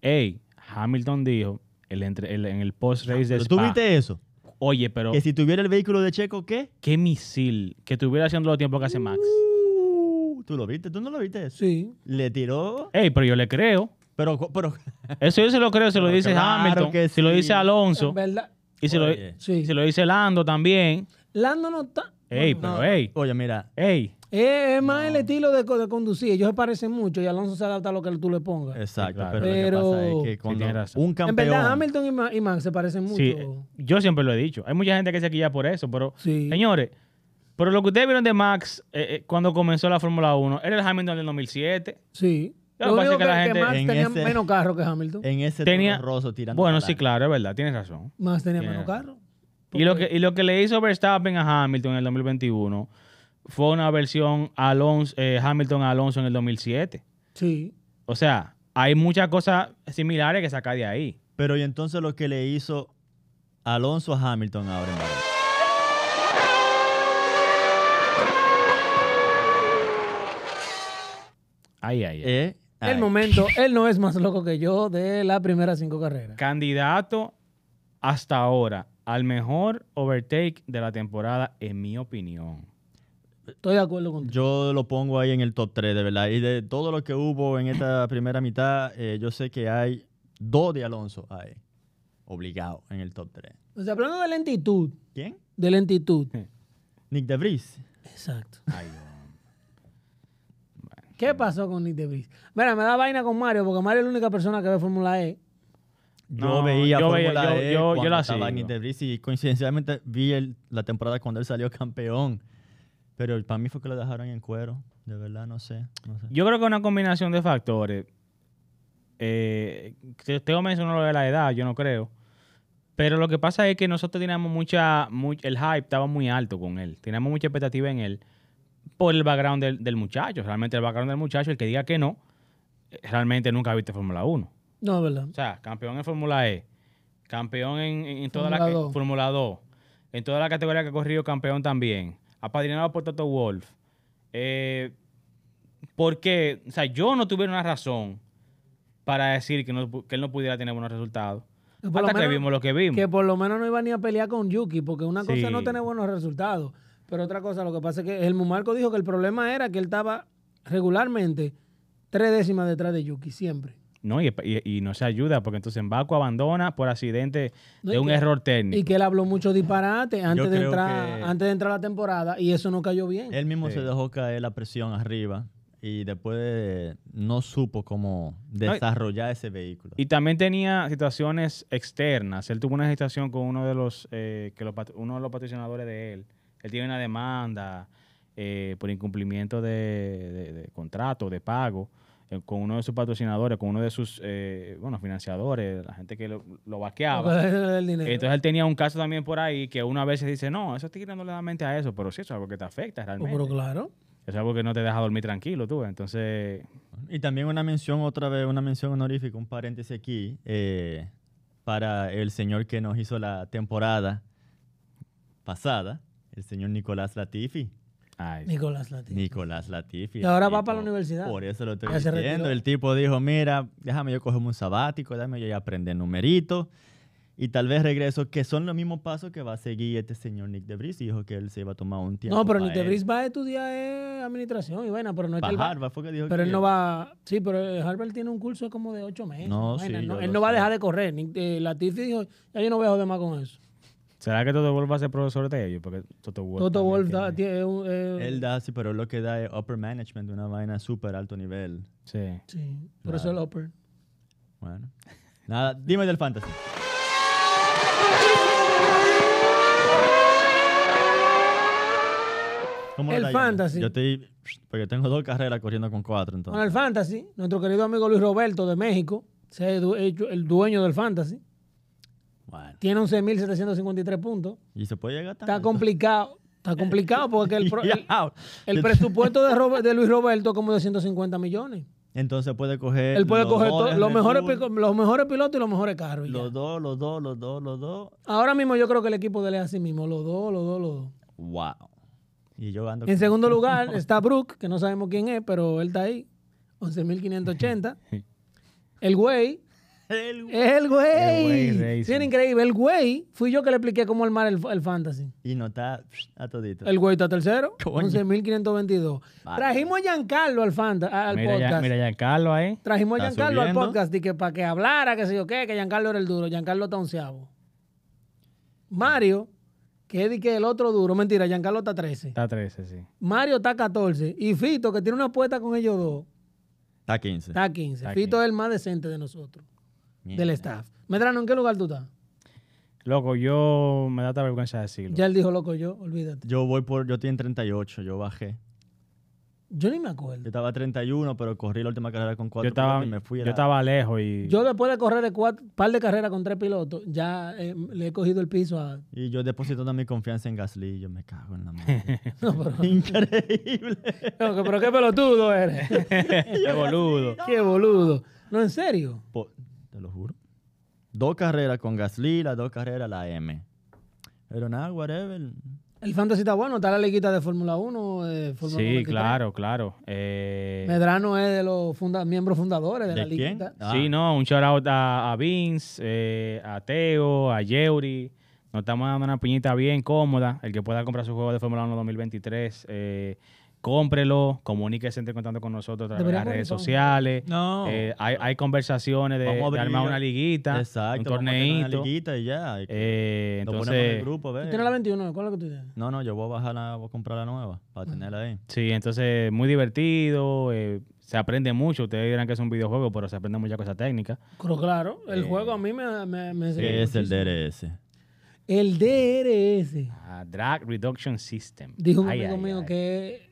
[SPEAKER 3] Ey, Hamilton dijo el entre- el- en el post-race de
[SPEAKER 2] Pero tú
[SPEAKER 3] Spa,
[SPEAKER 2] viste eso.
[SPEAKER 3] Oye, pero
[SPEAKER 2] Que si tuviera el vehículo de Checo, ¿qué?
[SPEAKER 3] qué misil que estuviera haciendo los tiempos que hace Max.
[SPEAKER 2] Uh, ¿Tú lo viste? ¿Tú no lo viste? eso?
[SPEAKER 1] Sí.
[SPEAKER 2] Le tiró.
[SPEAKER 3] Ey, pero yo le creo.
[SPEAKER 2] Pero, pero *laughs*
[SPEAKER 3] Eso yo se lo creo, se lo
[SPEAKER 2] Pero
[SPEAKER 3] dice
[SPEAKER 2] claro
[SPEAKER 3] Hamilton,
[SPEAKER 2] que
[SPEAKER 3] se lo
[SPEAKER 2] sí.
[SPEAKER 3] dice Alonso
[SPEAKER 1] En verdad.
[SPEAKER 3] y se lo,
[SPEAKER 2] Oye.
[SPEAKER 1] Sí.
[SPEAKER 3] se lo dice Lando también.
[SPEAKER 1] Lando no está.
[SPEAKER 3] Ey,
[SPEAKER 1] Bueno,
[SPEAKER 3] pero
[SPEAKER 1] no.
[SPEAKER 3] ey,
[SPEAKER 2] Oye, mira,
[SPEAKER 3] ey.
[SPEAKER 1] Eh, es más el estilo de, co- de conducir. Ellos se parecen mucho y Alonso se adapta a lo que tú le pongas.
[SPEAKER 2] exacto,
[SPEAKER 3] claro.
[SPEAKER 2] pero,
[SPEAKER 1] Pero-
[SPEAKER 2] lo que pasa es que cuando
[SPEAKER 3] tiene razón.
[SPEAKER 2] un
[SPEAKER 1] en
[SPEAKER 2] campeón
[SPEAKER 1] verdad, Hamilton y, Ma- y Max se parecen mucho.
[SPEAKER 3] Sí, eh, yo siempre lo he dicho. Hay mucha gente que se quilla por eso, pero
[SPEAKER 1] Sí.
[SPEAKER 3] señores, pero lo que ustedes vieron de Max eh, eh, cuando comenzó la Fórmula 1 era el Hamilton del 2007.
[SPEAKER 1] Sí.
[SPEAKER 3] Lo
[SPEAKER 1] Lo
[SPEAKER 3] que pasa
[SPEAKER 1] único
[SPEAKER 3] es
[SPEAKER 1] que,
[SPEAKER 3] que la
[SPEAKER 1] que
[SPEAKER 3] gente-
[SPEAKER 1] Max
[SPEAKER 2] En
[SPEAKER 1] tenía
[SPEAKER 2] ese-
[SPEAKER 1] menos carro que Hamilton.
[SPEAKER 2] en ese
[SPEAKER 3] Tenía-
[SPEAKER 2] toro roso tirando.
[SPEAKER 3] Bueno,
[SPEAKER 2] para
[SPEAKER 3] sí,
[SPEAKER 2] adelante.
[SPEAKER 3] claro, es verdad, tienes razón.
[SPEAKER 1] Max tenía
[SPEAKER 3] Tiene
[SPEAKER 1] menos carro.
[SPEAKER 3] Y lo, que, y lo que le hizo Verstappen a Hamilton en el 2021 fue una versión Alonso, eh, Hamilton a Alonso en el 2007.
[SPEAKER 1] Sí.
[SPEAKER 3] O sea, hay muchas cosas similares que sacar de ahí.
[SPEAKER 2] Pero y entonces lo que le hizo Alonso a Hamilton ahora en Bahrein?
[SPEAKER 3] Ahí, ahí. ahí.
[SPEAKER 2] Eh, ay,
[SPEAKER 1] El
[SPEAKER 3] *laughs*
[SPEAKER 1] momento, él no es más loco que yo de las primeras cinco carreras.
[SPEAKER 3] Candidato hasta ahora al mejor overtake de la temporada, en mi opinión. *laughs*
[SPEAKER 1] Estoy de acuerdo contigo.
[SPEAKER 2] Yo lo pongo ahí en el top 3, de verdad. Y de todo lo que hubo en
[SPEAKER 3] *laughs*
[SPEAKER 2] esta primera mitad, eh, yo sé que hay dos de Alonso ahí, obligado en el top 3.
[SPEAKER 1] O sea, hablando de lentitud,
[SPEAKER 2] ¿Quién?
[SPEAKER 1] de lentitud.
[SPEAKER 2] Nick de Vries.
[SPEAKER 1] Exacto.
[SPEAKER 3] Ay, Dios.
[SPEAKER 1] ¿Qué pasó con Nick de Vries? Mira, me da vaina con Mario, porque Mario es la única persona que ve Fórmula E.
[SPEAKER 2] Yo
[SPEAKER 3] No,
[SPEAKER 2] veía
[SPEAKER 3] yo veía-
[SPEAKER 2] Fórmula
[SPEAKER 3] yo-
[SPEAKER 2] E
[SPEAKER 3] yo- yo
[SPEAKER 2] cuando
[SPEAKER 3] la
[SPEAKER 2] estaba en
[SPEAKER 3] sigo.
[SPEAKER 2] Nick de Vries y coincidencialmente vi el- la temporada cuando él salió campeón. Pero para mí fue que lo dejaron en cuero. De verdad, no sé. no sé.
[SPEAKER 3] Yo creo que una combinación de factores. Eh, te- Teo mencionó lo de la edad, yo no creo. Pero lo que pasa es que nosotros teníamos mucha. mu- el hype estaba muy alto con él. Teníamos mucha expectativa en él por el background del, del muchacho. Realmente el background del muchacho, el que diga que no, eh, realmente nunca ha visto Fórmula 1.
[SPEAKER 1] No, es verdad.
[SPEAKER 3] O sea, campeón en Fórmula E, campeón en, en- en toda la
[SPEAKER 1] Fórmula
[SPEAKER 3] que-
[SPEAKER 1] dos.
[SPEAKER 3] Fórmula 2, en toda la categoría que ha corrido campeón también, apadrinado por Toto Wolf. Eh, porque, o sea, yo no tuviera una razón para decir que, no pu- que él no pudiera tener buenos resultados.
[SPEAKER 1] Que por lo
[SPEAKER 3] hasta que
[SPEAKER 1] menos-
[SPEAKER 3] vimos lo que vimos.
[SPEAKER 1] Que por lo menos no iba ni a pelear con Yuki, porque una cosa es no
[SPEAKER 3] Sí.
[SPEAKER 1] tener buenos resultados, pero otra cosa, lo que pasa es que el Mumarco dijo que el problema era que él estaba regularmente tres décimas detrás de Yuki, siempre.
[SPEAKER 3] No, y, y- y no se ayuda, porque entonces Baco abandona por accidente
[SPEAKER 1] No,
[SPEAKER 3] de
[SPEAKER 1] y
[SPEAKER 3] un
[SPEAKER 1] que-
[SPEAKER 3] error técnico.
[SPEAKER 1] Y que él habló mucho disparate antes de,
[SPEAKER 2] creo
[SPEAKER 1] entrar,
[SPEAKER 2] que-
[SPEAKER 1] antes de entrar a la temporada y eso no cayó bien.
[SPEAKER 2] Él mismo
[SPEAKER 3] Sí.
[SPEAKER 2] se dejó caer la presión arriba y después de- no supo cómo desarrollar ese vehículo.
[SPEAKER 3] Y también tenía situaciones externas. Él tuvo una situación con uno de los eh, que lo pat- uno de los patrocinadores de él. Él tiene una demanda eh, por incumplimiento de, de- de contrato, de pago, eh, con uno de sus patrocinadores, con uno de sus eh, bueno financiadores, la gente que lo, lo
[SPEAKER 1] Porque
[SPEAKER 3] vaqueaba.
[SPEAKER 1] del dinero.
[SPEAKER 3] Entonces él tenía un caso también por ahí que una vez se dice, no, eso estoy quitándole la mente a eso, pero sí, eso es algo que te afecta
[SPEAKER 1] Oh,
[SPEAKER 3] realmente.
[SPEAKER 1] pero claro.
[SPEAKER 3] Eso es algo que no te deja dormir tranquilo, tú. Entonces,
[SPEAKER 2] Y también una mención, otra vez, una mención honorífica, un paréntesis aquí, eh, para el señor que nos hizo la temporada pasada, el señor Nicolás Latifi.
[SPEAKER 3] ay,
[SPEAKER 1] Nicolás Latín.
[SPEAKER 2] Nicolás Latifi.
[SPEAKER 1] Y
[SPEAKER 2] el
[SPEAKER 1] ahora va para la
[SPEAKER 2] tipo-
[SPEAKER 1] universidad.
[SPEAKER 2] Por eso lo estoy
[SPEAKER 1] Ya se
[SPEAKER 2] diciendo.
[SPEAKER 1] retiró.
[SPEAKER 2] El tipo dijo, mira, déjame yo cogerme un sabático, déjame yo ya aprender numeritos y tal vez regreso, que son los mismos pasos que va a seguir este señor Nick Debris. Dijo que él se iba a tomar un tiempo
[SPEAKER 1] No, pero
[SPEAKER 2] pa'
[SPEAKER 1] Nick de
[SPEAKER 2] él.
[SPEAKER 1] Vries va a estudiar eh, administración y vaina, pero no es
[SPEAKER 2] Pa'
[SPEAKER 1] que él va-
[SPEAKER 2] Harvard, fue que dijo
[SPEAKER 1] Pero
[SPEAKER 2] que-
[SPEAKER 1] él no va. Sí, pero eh, Harvard tiene un curso como de ocho meses.
[SPEAKER 2] No,
[SPEAKER 1] vaina,
[SPEAKER 2] sí,
[SPEAKER 1] no-
[SPEAKER 2] yo
[SPEAKER 1] él
[SPEAKER 2] lo
[SPEAKER 1] no va a
[SPEAKER 2] sé.
[SPEAKER 1] dejar de correr. Ni- eh, Latifi dijo: Ya yo no voy a joder más con eso.
[SPEAKER 3] ¿será que Toto Wolff va a ser profesor de ellos? Porque Toto Wolff
[SPEAKER 1] Toto
[SPEAKER 3] también
[SPEAKER 1] Wolff
[SPEAKER 3] tiene-
[SPEAKER 1] da- tiene un, eh,
[SPEAKER 2] Él da, sí, pero lo que da es upper management, una vaina súper alto nivel.
[SPEAKER 3] Sí.
[SPEAKER 1] Sí, por eso el upper.
[SPEAKER 2] Bueno. Nada, dime del fantasy. ¿Cómo lo
[SPEAKER 1] El
[SPEAKER 2] está yendo?
[SPEAKER 1] fantasy.
[SPEAKER 2] Yo estoy. Porque tengo dos carreras corriendo con cuatro, entonces.
[SPEAKER 1] Bueno, el Fantasy, nuestro querido amigo Luis Roberto de México, se ha du- hecho el dueño del Fantasy.
[SPEAKER 2] Bueno.
[SPEAKER 1] Tiene 11.753 puntos.
[SPEAKER 2] ¿Y se puede llegar tan
[SPEAKER 1] Está
[SPEAKER 2] alto?
[SPEAKER 1] complicado. Está complicado porque el, pro- el,
[SPEAKER 2] Ya.
[SPEAKER 1] el presupuesto de, Robert- de Luis Roberto es como de 150 millones.
[SPEAKER 2] Entonces puede coger.
[SPEAKER 1] Él puede
[SPEAKER 2] Eh, los
[SPEAKER 1] coger
[SPEAKER 2] dos
[SPEAKER 1] to-
[SPEAKER 2] de
[SPEAKER 1] los,
[SPEAKER 2] Red
[SPEAKER 1] mejores,
[SPEAKER 2] Bull,
[SPEAKER 1] pico- los mejores pilotos y los mejores carros. y ya.
[SPEAKER 2] Los dos, los dos, los dos, los dos.
[SPEAKER 1] Ahora mismo yo creo que el equipo de él es así mismo. Los dos, los dos, los dos.
[SPEAKER 2] Wow. Y yo ando.
[SPEAKER 1] En segundo lugar está Brook, que no sabemos quién es, pero él está ahí. 11.580. El güey,
[SPEAKER 2] El güey.
[SPEAKER 1] el
[SPEAKER 3] El güey
[SPEAKER 1] güey.
[SPEAKER 3] racing.
[SPEAKER 1] Sí, era increíble. El güey, fui yo que le expliqué cómo armar el, el fantasy.
[SPEAKER 2] Y no está psh, a todito.
[SPEAKER 1] El güey está
[SPEAKER 3] *laughs*
[SPEAKER 1] tercero,
[SPEAKER 2] Coño.
[SPEAKER 1] 11.522.
[SPEAKER 2] Vale.
[SPEAKER 1] Trajimos a Giancarlo al, fanta- al
[SPEAKER 3] mira,
[SPEAKER 1] podcast.
[SPEAKER 3] ya, mira ya, Carlos ahí.
[SPEAKER 1] Trajimos a
[SPEAKER 2] Está
[SPEAKER 1] Giancarlo al
[SPEAKER 2] subiendo.
[SPEAKER 1] podcast y que para que hablara, que sé yo qué, que Giancarlo era el duro. Giancarlo está onceavo. Mario, que es di que el otro duro. Mentira, Giancarlo está 13.
[SPEAKER 3] Está 13, sí.
[SPEAKER 1] Mario está 14. Y Fito, que tiene una apuesta con ellos dos,
[SPEAKER 2] Está 15.
[SPEAKER 1] está 15.
[SPEAKER 3] Está
[SPEAKER 1] Fito es el más decente de nosotros,
[SPEAKER 2] Mierda.
[SPEAKER 1] del staff. Medrano, ¿en qué lugar tú estás?
[SPEAKER 3] Loco, yo me da esta vergüenza decirlo.
[SPEAKER 1] Ya él dijo loco yo, olvídate.
[SPEAKER 2] Yo voy por. Yo estoy en 38, yo bajé.
[SPEAKER 1] Yo ni me
[SPEAKER 2] Yo
[SPEAKER 1] acuerdo.
[SPEAKER 2] estaba a 31, pero corrí la última carrera con
[SPEAKER 3] yo
[SPEAKER 2] 4
[SPEAKER 3] estaba,
[SPEAKER 2] y me fui. a
[SPEAKER 3] yo
[SPEAKER 2] la-
[SPEAKER 3] estaba lejos y. *laughs*
[SPEAKER 1] Yo después de correr de cuatro, par de carreras con tres pilotos, ya eh, le he cogido el piso a...
[SPEAKER 2] Y yo depositando mi confianza en Gasly, yo me cago en la
[SPEAKER 3] *laughs*
[SPEAKER 2] madre.
[SPEAKER 1] No, pero,
[SPEAKER 2] Increíble.
[SPEAKER 1] pero, pero qué pelotudo eres.
[SPEAKER 3] Qué
[SPEAKER 2] *laughs*
[SPEAKER 3] boludo.
[SPEAKER 1] *laughs* Qué boludo. No, en serio.
[SPEAKER 2] Po- te lo juro. Dos carreras con Gasly, las dos carreras la M. Pero nada, whatever.
[SPEAKER 1] El fantasy está bueno, está la liguita de Fórmula 1. eh, Fórmula
[SPEAKER 3] Sí,
[SPEAKER 1] 93.
[SPEAKER 3] claro, claro. Eh,
[SPEAKER 1] Medrano es de los funda- miembros fundadores de, la
[SPEAKER 2] ¿De quién?
[SPEAKER 1] liguita.
[SPEAKER 2] Ah,
[SPEAKER 3] Sí, no, un shout out a, a Vince, eh, a Teo, a Yeuri. Nos estamos dando una piñita bien cómoda. El que pueda comprar su juego de Fórmula 1 2023, eh, cómprelo, comuníquese, entre en contacto con nosotros a través de las
[SPEAKER 1] Deberíamos
[SPEAKER 3] redes
[SPEAKER 1] entonces.
[SPEAKER 3] sociales.
[SPEAKER 2] No.
[SPEAKER 3] Eh, hay, hay conversaciones de,
[SPEAKER 2] Vamos a
[SPEAKER 3] de
[SPEAKER 2] abrir-
[SPEAKER 3] armar una liguita,
[SPEAKER 2] Exacto.
[SPEAKER 3] un
[SPEAKER 2] vamos a tener una
[SPEAKER 3] torneito.
[SPEAKER 2] liguita y ya.
[SPEAKER 3] Eh,
[SPEAKER 2] Lo ponemos en el
[SPEAKER 3] entonces,
[SPEAKER 2] grupo, a
[SPEAKER 1] Tú
[SPEAKER 2] ver.
[SPEAKER 1] tienes la 21, ¿cuál es la que tú tienes?
[SPEAKER 2] No, no, yo voy a bajar la, voy a comprar la nueva para
[SPEAKER 1] Ah.
[SPEAKER 2] tenerla ahí.
[SPEAKER 3] sí, entonces muy divertido. eh, se aprende mucho. Ustedes dirán que es un videojuego, pero se aprende muchas cosas técnicas.
[SPEAKER 1] Pero claro, el
[SPEAKER 3] Eh,
[SPEAKER 1] juego a mí me, me, me enseñó
[SPEAKER 2] ¿Qué es el
[SPEAKER 1] muchísimo.
[SPEAKER 2] DRS?
[SPEAKER 1] El DRS.
[SPEAKER 3] Ah, Drag Reduction System.
[SPEAKER 1] Dijo un
[SPEAKER 3] Ay,
[SPEAKER 1] amigo
[SPEAKER 3] ay,
[SPEAKER 1] mío
[SPEAKER 3] ay.
[SPEAKER 1] que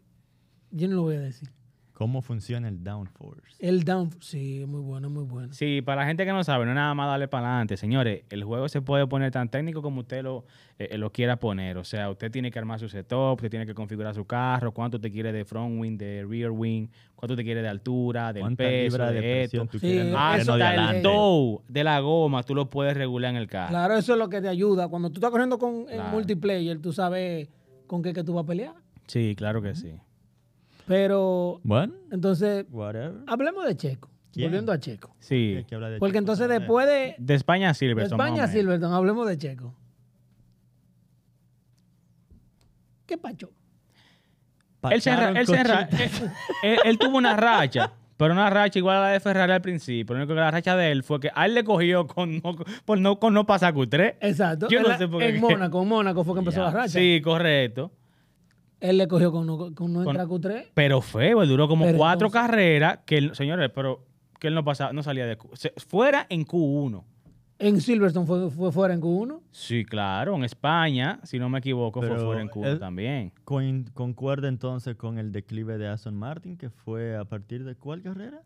[SPEAKER 1] yo no lo voy a decir.
[SPEAKER 2] ¿Cómo funciona el downforce?
[SPEAKER 1] El down, sí, muy bueno, muy bueno.
[SPEAKER 3] Sí, para la gente que no sabe, no es nada más darle para adelante. Señores, el juego se puede poner tan técnico como usted lo, eh, lo quiera poner. O sea, usted tiene que armar su setup, usted tiene que configurar su carro, cuánto te quiere de front wing, de rear wing, cuánto te quiere de altura, del
[SPEAKER 2] ¿Cuántas
[SPEAKER 3] peso,
[SPEAKER 2] libras de
[SPEAKER 3] de esto.
[SPEAKER 2] presión tú
[SPEAKER 1] Sí,
[SPEAKER 2] quieres en los
[SPEAKER 3] Ah,
[SPEAKER 2] frenos
[SPEAKER 3] eso
[SPEAKER 2] de
[SPEAKER 3] está el
[SPEAKER 2] adelante?
[SPEAKER 3] dough de la goma, tú lo puedes regular en el carro.
[SPEAKER 1] Claro, eso es lo que te ayuda. Cuando tú estás corriendo con en
[SPEAKER 3] Ah. Claro.
[SPEAKER 1] multiplayer, tú sabes con qué que tú vas a pelear.
[SPEAKER 3] Sí, claro que sí.
[SPEAKER 1] Pero
[SPEAKER 2] Bueno,
[SPEAKER 1] entonces,
[SPEAKER 2] whatever.
[SPEAKER 1] hablemos de Checo.
[SPEAKER 2] ¿Quién?
[SPEAKER 1] Volviendo a Checo.
[SPEAKER 3] Sí.
[SPEAKER 2] Hay que hablar de
[SPEAKER 1] Porque
[SPEAKER 2] Checo
[SPEAKER 1] entonces
[SPEAKER 2] también.
[SPEAKER 1] después de,
[SPEAKER 3] De España a
[SPEAKER 1] de
[SPEAKER 3] Silverstone.
[SPEAKER 1] España,
[SPEAKER 3] más o menos.
[SPEAKER 1] Silverton, hablemos de Checo. ¿Qué pacho?
[SPEAKER 3] Él, se enra-
[SPEAKER 2] Pacharon
[SPEAKER 3] él se enra-
[SPEAKER 2] cochita.
[SPEAKER 3] él- él- él tuvo una racha, pero una racha igual a la de Ferrari al principio. Lo único que la racha de él fue que a él le cogió con no, por no, con no pasar Q3.
[SPEAKER 1] Exacto.
[SPEAKER 3] Yo
[SPEAKER 1] en,
[SPEAKER 3] no
[SPEAKER 1] la-
[SPEAKER 3] sé por qué.
[SPEAKER 1] en Mónaco, en Mónaco fue que empezó
[SPEAKER 2] Ya,
[SPEAKER 1] la racha.
[SPEAKER 3] Sí, correcto.
[SPEAKER 1] Él le cogió con, no- con no entrar Q3.
[SPEAKER 3] Pero feo, él duró como
[SPEAKER 1] Pero
[SPEAKER 3] cuatro
[SPEAKER 1] entonces-
[SPEAKER 3] carreras que él, señores, pero que él no pasaba, no salía de Q. se- fuera en Q1.
[SPEAKER 1] En Silverstone fue, fue fuera en Q1.
[SPEAKER 3] Sí, claro, en España, si no me equivoco, fue
[SPEAKER 2] Pero
[SPEAKER 3] fuera en Q1
[SPEAKER 2] él-
[SPEAKER 3] también.
[SPEAKER 2] Coin- concuerda entonces con el declive de Aston Martin, que fue a partir de cuál carrera?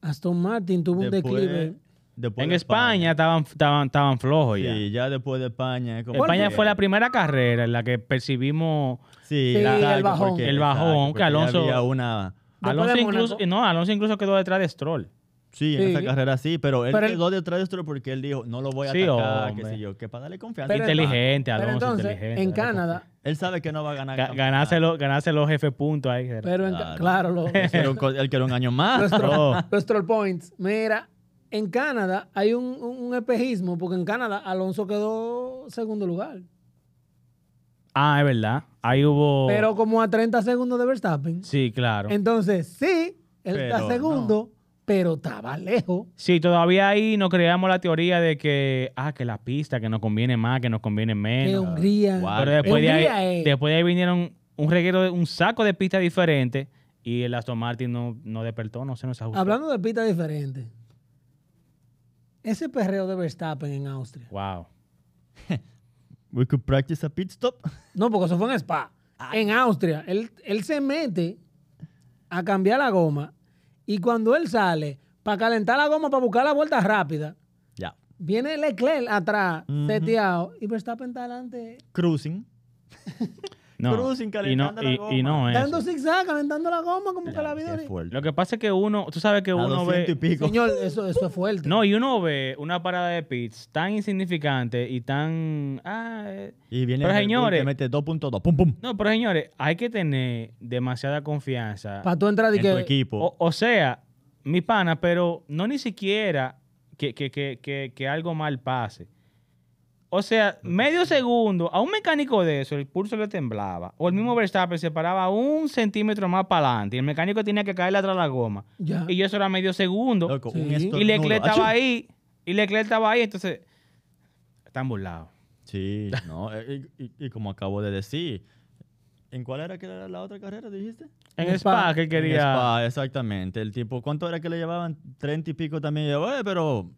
[SPEAKER 1] Aston Martin tuvo un
[SPEAKER 2] Después-
[SPEAKER 1] declive.
[SPEAKER 2] después
[SPEAKER 3] En
[SPEAKER 2] de
[SPEAKER 3] España estaban, estaban, estaban flojos ya.
[SPEAKER 2] Sí, ya después de España. es como
[SPEAKER 3] España
[SPEAKER 2] que-
[SPEAKER 3] fue la primera carrera en la que percibimos
[SPEAKER 2] Sí,
[SPEAKER 1] Sí,
[SPEAKER 2] la-
[SPEAKER 1] el
[SPEAKER 2] exacto,
[SPEAKER 1] bajón.
[SPEAKER 2] porque-
[SPEAKER 3] El bajón,
[SPEAKER 2] exacto,
[SPEAKER 3] que
[SPEAKER 2] porque ya
[SPEAKER 3] Alonso-
[SPEAKER 2] había una...
[SPEAKER 1] Después de
[SPEAKER 3] Alonso incluso,
[SPEAKER 1] Mónaco.
[SPEAKER 3] no, Alonso incluso quedó detrás de Stroll.
[SPEAKER 2] Sí, en
[SPEAKER 1] Sí.
[SPEAKER 2] esa carrera sí, pero él
[SPEAKER 1] Pero él-
[SPEAKER 2] quedó detrás de esto porque él dijo, no lo voy a
[SPEAKER 3] Sí,
[SPEAKER 2] atacar, qué
[SPEAKER 3] hombre.
[SPEAKER 2] sé yo, que para darle confianza.
[SPEAKER 1] Pero-
[SPEAKER 3] inteligente,
[SPEAKER 1] Pero
[SPEAKER 3] Alonso,
[SPEAKER 1] entonces,
[SPEAKER 3] inteligente.
[SPEAKER 1] en
[SPEAKER 3] dale con-
[SPEAKER 1] Canadá.
[SPEAKER 2] Él sabe que no va a ganar.
[SPEAKER 3] Ga-
[SPEAKER 2] el
[SPEAKER 3] ganarse, los- ganarse los jefes puntos ahí.
[SPEAKER 1] Pero en, Ca-
[SPEAKER 2] Claro.
[SPEAKER 1] claro, los,
[SPEAKER 2] campeonato. Él
[SPEAKER 3] *laughs*
[SPEAKER 2] quiere un co- Él quiere un año
[SPEAKER 1] los
[SPEAKER 2] más.
[SPEAKER 1] troll-
[SPEAKER 3] Oh.
[SPEAKER 1] los troll points. Mira, en Canadá hay un, un- un espejismo, porque en Canadá Alonso quedó segundo lugar.
[SPEAKER 3] ah, es verdad. Ahí
[SPEAKER 2] Oh.
[SPEAKER 3] hubo.
[SPEAKER 1] Pero como a 30 segundos de Verstappen.
[SPEAKER 3] sí, claro.
[SPEAKER 1] Entonces, sí, él
[SPEAKER 2] Pero
[SPEAKER 1] está
[SPEAKER 2] no.
[SPEAKER 1] segundo, pero estaba lejos.
[SPEAKER 3] Sí, todavía ahí no creamos la teoría de que, ah, que la pista, que nos conviene más, que nos conviene
[SPEAKER 1] Que
[SPEAKER 3] menos.
[SPEAKER 1] Hungría.
[SPEAKER 2] Guau.
[SPEAKER 3] Pero después de,
[SPEAKER 1] Hungría,
[SPEAKER 3] ahí,
[SPEAKER 1] eh.
[SPEAKER 3] después de ahí vinieron un reguero, de- un saco de pistas diferentes y el Aston Martin no, no despertó, no se nos ajustó.
[SPEAKER 1] Hablando de pistas diferentes, ese perreo de Verstappen en Austria.
[SPEAKER 3] Wow.
[SPEAKER 2] We could practice a pit stop.
[SPEAKER 1] No, porque eso fue en Spa. En Austria, él, él se mete a cambiar la goma y cuando él sale para calentar la goma para buscar la vuelta rápida,
[SPEAKER 2] Ya.
[SPEAKER 1] viene Leclerc atrás, pues
[SPEAKER 2] Ujú.
[SPEAKER 1] seteado, y Verstappen está adelante.
[SPEAKER 2] Cruising.
[SPEAKER 3] No,
[SPEAKER 2] Cruising,
[SPEAKER 3] y no,
[SPEAKER 2] calentando la
[SPEAKER 3] y, y
[SPEAKER 2] goma.
[SPEAKER 3] no
[SPEAKER 1] Dando
[SPEAKER 3] eso.
[SPEAKER 1] zigzag, calentando la goma, como que
[SPEAKER 2] Ya,
[SPEAKER 1] la vida.
[SPEAKER 2] qué
[SPEAKER 1] es-
[SPEAKER 2] fuerte.
[SPEAKER 3] Lo que pasa es que uno, tú sabes que
[SPEAKER 2] A
[SPEAKER 3] uno
[SPEAKER 2] 200 y
[SPEAKER 3] ve,
[SPEAKER 2] pico.
[SPEAKER 1] Señor, eso, eso es fuerte.
[SPEAKER 3] no, y uno ve una parada de pits tan insignificante y tan, ah, eh,
[SPEAKER 2] Y viene
[SPEAKER 3] Pero,
[SPEAKER 2] el Red Bull,
[SPEAKER 3] señores-
[SPEAKER 2] te mete 2.2, pum, pum.
[SPEAKER 3] no, pero señores, hay que tener demasiada confianza.
[SPEAKER 1] Para tú entrar y
[SPEAKER 2] En tu
[SPEAKER 1] que.
[SPEAKER 2] equipo.
[SPEAKER 3] O, o sea, mi pana, pero no ni siquiera que, que- que- que- que algo mal pase. O sea, medio segundo, a un mecánico de eso, el pulso le temblaba. O el mismo Verstappen se paraba un centímetro más para adelante. Y el mecánico tenía que caerle atrás de la goma.
[SPEAKER 1] Ya.
[SPEAKER 3] Y eso era medio segundo.
[SPEAKER 2] Loco,
[SPEAKER 1] Sí.
[SPEAKER 2] un
[SPEAKER 1] Y
[SPEAKER 3] y
[SPEAKER 2] estornudo.
[SPEAKER 3] Leclerc
[SPEAKER 2] ¡Achú!
[SPEAKER 3] estaba ahí. Y Leclerc estaba ahí. Entonces, están burlados.
[SPEAKER 2] Sí, no. eh, Y, y- y como acabo de decir, ¿en cuál era que era la otra carrera, dijiste?
[SPEAKER 3] En
[SPEAKER 1] En
[SPEAKER 3] Spa,
[SPEAKER 1] Spa,
[SPEAKER 3] que él
[SPEAKER 2] En
[SPEAKER 3] quería.
[SPEAKER 2] Spa, exactamente. El tipo, ¿cuánto era que le llevaban? Treinta y pico también. Yo, "Eh, pero,